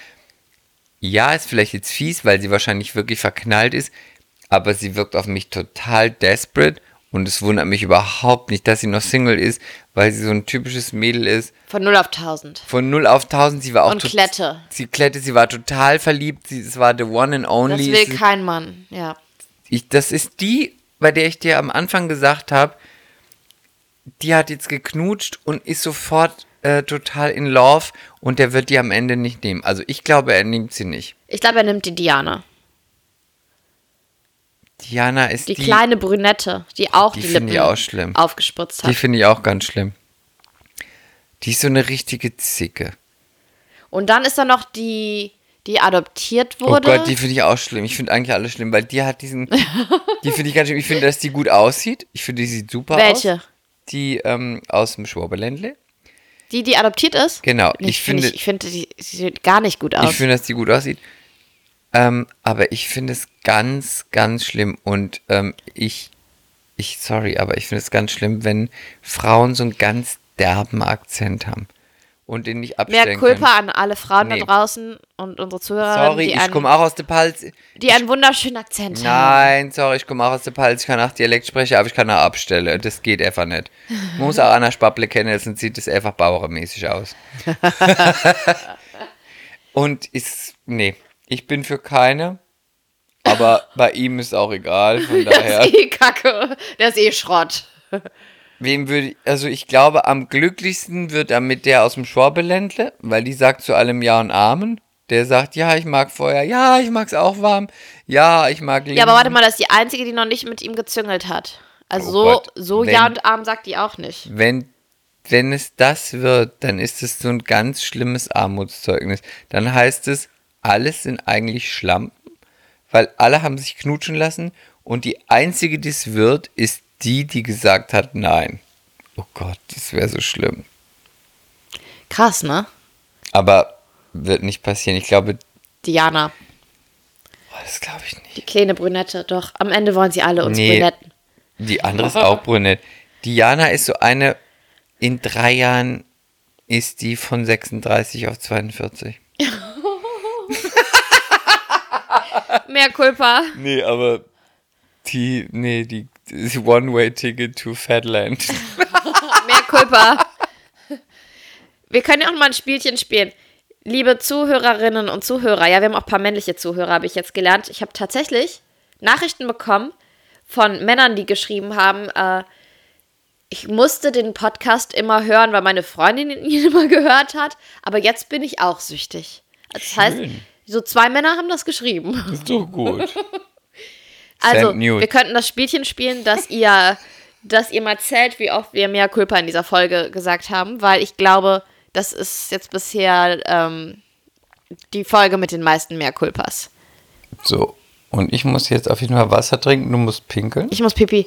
S3: Ja, ist vielleicht jetzt fies, weil sie wahrscheinlich wirklich verknallt ist, aber sie wirkt auf mich total desperate und es wundert mich überhaupt nicht, dass sie noch Single ist, weil sie so ein typisches Mädel ist.
S2: Von 0 auf 1000.
S3: Von 0 auf 1000, sie war auch
S2: Und
S3: tot-
S2: Klette.
S3: Sie klette, sie war total verliebt, sie es war the one and
S2: Das
S3: only.
S2: will
S3: Es ist-
S2: kein Mann, ja.
S3: ich, das ist die, bei der ich dir am Anfang gesagt habe, die hat jetzt geknutscht und ist sofort äh, total in love und der wird die am Ende nicht nehmen. Also ich glaube, er nimmt sie nicht.
S2: Ich glaube, er nimmt die Diana.
S3: Diana ist
S2: Die,
S3: die,
S2: kleine Brünette, die auch
S3: die
S2: die,
S3: find
S2: Lippen
S3: ich auch schlimm.
S2: aufgespritzt
S3: die
S2: hat.
S3: finde ich auch ganz schlimm. Die ist so eine richtige Zicke.
S2: Und dann ist da noch die, die adoptiert
S3: Oh
S2: wurde.
S3: Gott, die finde ich auch schlimm. Ich finde eigentlich alles schlimm, weil die hat diesen. die finde ich ganz schlimm. Ich finde, dass die gut aussieht. Ich finde, die sieht super aus.
S2: Welche?
S3: Die ähm, aus dem Schwabeländle.
S2: Die, die adoptiert ist?
S3: Genau,
S2: Nee,
S3: ich
S2: find
S3: finde-
S2: Ich finde, die, sie sieht gar nicht gut aus.
S3: Ich finde, dass die gut aussieht. Ähm, aber ich finde es ganz, ganz schlimm. Und ähm, ich, ich, sorry, aber ich finde es ganz schlimm, wenn Frauen so einen ganz derben Akzent haben und den nicht abstellen
S2: Mehr
S3: können.
S2: Kulpa an alle Frauen
S3: Nee.
S2: da draußen und unsere Zuhörer,
S3: Sorry,
S2: die,
S3: ich
S2: einen,
S3: komme auch aus der Palz.
S2: die einen wunderschönen Akzent haben.
S3: Nein, sorry, ich komme auch aus der Palz. Ich kann auch Dialekt sprechen, aber ich kann auch abstellen. Das geht einfach nicht. Man muss auch Anna Spapple kennen, sonst sieht es einfach bauermäßig aus. Und ist, nee, ich bin für keine. Aber bei ihm ist auch egal, von
S2: Das
S3: daher.
S2: ist eh Kacke. Das ist eh Schrott.
S3: Wem würde, also ich glaube, am glücklichsten wird er mit der aus dem Schwabeländle, weil die sagt zu allem Ja und Amen. Der sagt, ja, ich mag Feuer, ja, ich mag's auch warm, ja, ich mag Liebe.
S2: Ja, aber warte mal, das ist die einzige, die noch nicht mit ihm gezüngelt hat. Also
S3: Oh
S2: so,
S3: Gott,
S2: so
S3: wenn-
S2: Ja und Arm sagt die auch nicht.
S3: wenn, wenn es das wird, dann ist es so ein ganz schlimmes Armutszeugnis. Dann heißt es, alles sind eigentlich Schlampen, weil alle haben sich knutschen lassen und die einzige, die es wird, ist die, die gesagt hat, nein. Oh Gott, das wäre so schlimm.
S2: Krass, ne?
S3: Aber wird nicht passieren. Ich glaube,
S2: Diana,
S3: oh, das glaube ich nicht.
S2: die kleine Brünette, doch. Am Ende wollen sie alle uns
S3: Nee.
S2: Brünetten.
S3: Die andere ist auch brünett. Diana ist so eine, in drei Jahren ist die von 36 auf 42.
S2: Mehr Kulpa.
S3: Nee, aber die, nee, die, das One-Way-Ticket to Fatland.
S2: Mehr Kulpa. Wir können ja auch mal ein Spielchen spielen. Liebe Zuhörerinnen und Zuhörer, ja, wir haben auch ein paar männliche Zuhörer, habe ich jetzt gelernt. Ich habe tatsächlich Nachrichten bekommen von Männern, die geschrieben haben, äh, ich musste den Podcast immer hören, weil meine Freundin ihn immer gehört hat, aber jetzt bin ich auch süchtig. Also Das heißt,
S3: Schön.
S2: so zwei Männer haben das geschrieben.
S3: Ist doch gut.
S2: Also,
S3: Send nude.
S2: wir könnten das Spielchen spielen, dass ihr, dass ihr mal zählt, wie oft wir mehr Culpa in dieser Folge gesagt haben, weil ich glaube, das ist jetzt bisher ähm, die Folge mit den meisten mehr Culpas.
S3: So, und ich muss jetzt auf jeden Fall Wasser trinken, du musst pinkeln.
S2: Ich muss pipi.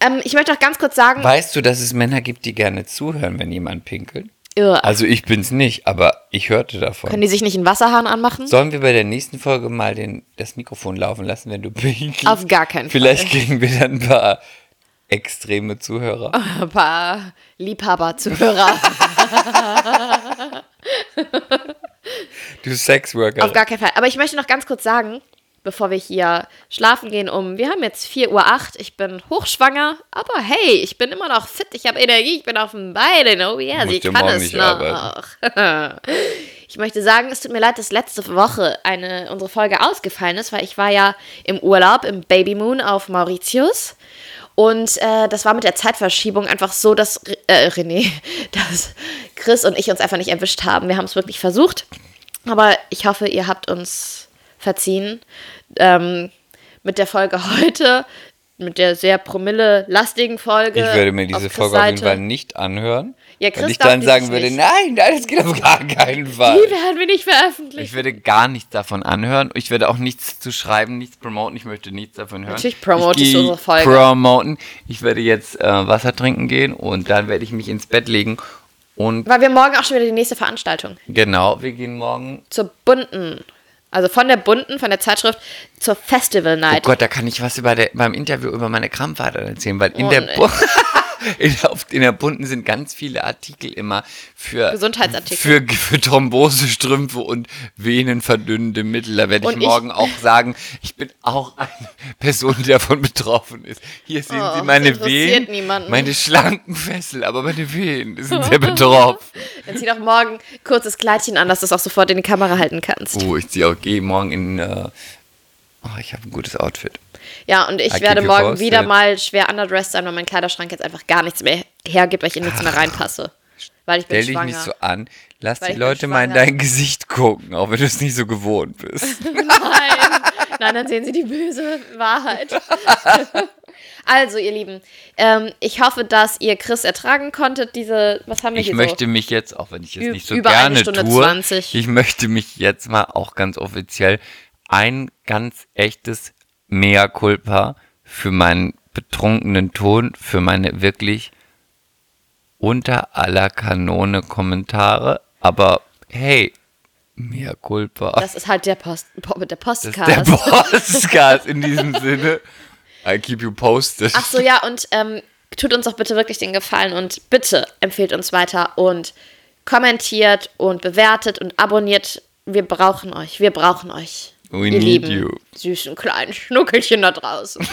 S2: Ähm, ich möchte auch ganz kurz sagen,
S3: Weißt du, dass es Männer gibt, die gerne zuhören, wenn jemand pinkelt?
S2: Irr,
S3: Also ich bin's nicht, aber ich hörte
S2: können
S3: davon.
S2: die sich nicht einen Wasserhahn anmachen?
S3: Sollen wir bei der nächsten Folge mal den, das Mikrofon laufen lassen, wenn du pinkelst?
S2: Auf gar keinen Fall.
S3: Vielleicht kriegen wir dann ein paar extreme Zuhörer.
S2: Ein paar Liebhaber-Zuhörer.
S3: Du Sexworker.
S2: Auf gar keinen Fall. Aber ich möchte noch ganz kurz sagen, bevor wir hier schlafen gehen, um, wir haben jetzt 4.08 Uhr, ich bin hochschwanger, aber hey, ich bin immer noch fit, ich habe Energie, ich bin auf den Beinen, oh yeah,
S3: Musst
S2: sie
S3: ja
S2: kann
S3: morgen
S2: es
S3: nicht
S2: noch. ich möchte sagen, es tut mir leid, dass letzte Woche eine, unsere Folge ausgefallen ist, weil ich war ja im Urlaub im Baby Moon auf Mauritius und äh, das war mit der Zeitverschiebung einfach so, dass Re- äh, René, dass Chris und ich uns einfach nicht erwischt haben. Wir haben es wirklich versucht. Aber ich hoffe, ihr habt uns verziehen. Ähm, mit der Folge heute mit der sehr promille-lastigen Folge.
S3: Ich würde mir diese
S2: auf Chris'
S3: Folge auf jeden
S2: Seite-
S3: Fall nicht anhören.
S2: Ja,
S3: weil
S2: Chris
S3: ich
S2: darf
S3: dann
S2: die
S3: sagen
S2: sich
S3: würde,
S2: nicht.
S3: nein, nein, das geht auf gar keinen Fall.
S2: Die werden wir nicht veröffentlicht.
S3: Ich würde gar nichts davon anhören. Ich werde auch nichts zu schreiben, nichts promoten. Ich möchte nichts davon hören.
S2: Natürlich promote ich
S3: gehe
S2: unsere Folge.
S3: Promoten. Ich werde jetzt äh, Wasser trinken gehen und dann werde ich mich ins Bett legen. Und
S2: Weil wir morgen auch schon wieder die nächste Veranstaltung
S3: genau, wir gehen morgen.
S2: zur bunten, also von der bunten, von der Zeitschrift zur Festival
S3: Oh
S2: Night.
S3: Gott, da kann ich was über der, beim Interview über meine Krampfader erzählen, weil in
S2: Oh,
S3: der
S2: nee.
S3: Bu- In der, auf- in der bunten sind ganz viele Artikel immer für
S2: Gesundheitsartikel.
S3: für, für Thrombosestrümpfe und venenverdünnende Mittel. Da werde ich
S2: Und ich-
S3: morgen auch sagen, ich bin auch eine Person, die davon betroffen ist. Hier sehen
S2: Oh,
S3: Sie
S2: das
S3: meine
S2: interessiert
S3: Wehen,
S2: niemanden.
S3: meine schlanken Fessel, aber meine Wehen sind sehr betroffen.
S2: Dann zieh doch morgen kurzes Kleidchen an, dass du es auch sofort in die Kamera halten kannst.
S3: Oh, ich ziehe auch, gehe morgen in, äh, oh, ich habe ein gutes Outfit.
S2: Ja, und ich
S3: I keep
S2: werde
S3: you
S2: morgen
S3: posted.
S2: wieder mal schwer underdressed sein, weil mein Kleiderschrank jetzt einfach gar nichts mehr hergibt, weil ich in nichts mehr reinpasse. Weil ich bin
S3: Ah. Stell dich
S2: schwanger.
S3: nicht so an, lass
S2: Weil
S3: die
S2: ich bin
S3: Leute mal in
S2: schwanger.
S3: dein Gesicht gucken, auch wenn du es nicht so gewohnt bist.
S2: Nein. Nein, dann sehen sie die böse Wahrheit. also, ihr Lieben, ähm, ich hoffe, dass ihr Chris ertragen konntet, diese, was haben wir
S3: Ich
S2: hier
S3: möchte
S2: so?
S3: mich jetzt, auch wenn ich es
S2: Ü-
S3: nicht so
S2: über eine
S3: gerne
S2: Stunde
S3: tue,
S2: 20.
S3: ich möchte mich jetzt mal auch ganz offiziell ein ganz echtes Mea culpa für meinen betrunkenen Ton, für meine wirklich unter aller Kanone Kommentare, aber hey, Mea culpa.
S2: Das ist halt der Post, Po- der
S3: Das
S2: Postcast.
S3: ist der Podcast in diesem Sinne. I keep you posted.
S2: Ach so, ja, und ähm, tut uns doch bitte wirklich den Gefallen und bitte empfehlt uns weiter und kommentiert und bewertet und abonniert. Wir brauchen euch, wir brauchen euch.
S3: We need you.
S2: Süßen kleinen Schnuckelchen da draußen.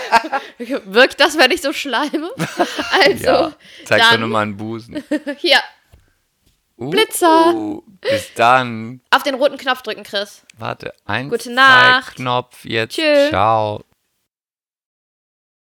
S2: Wirkt das, wenn ich so schleime? Also,
S3: ja. Zeig mir
S2: dann,
S3: nur mal einen Busen.
S2: hier,
S3: Uh,
S2: Blitzer.
S3: Bis dann.
S2: auf den roten Knopf drücken, Chris.
S3: Warte, eins,
S2: Gute Nacht.
S3: zwei, Knopf, jetzt,
S2: Tschö.
S3: ciao.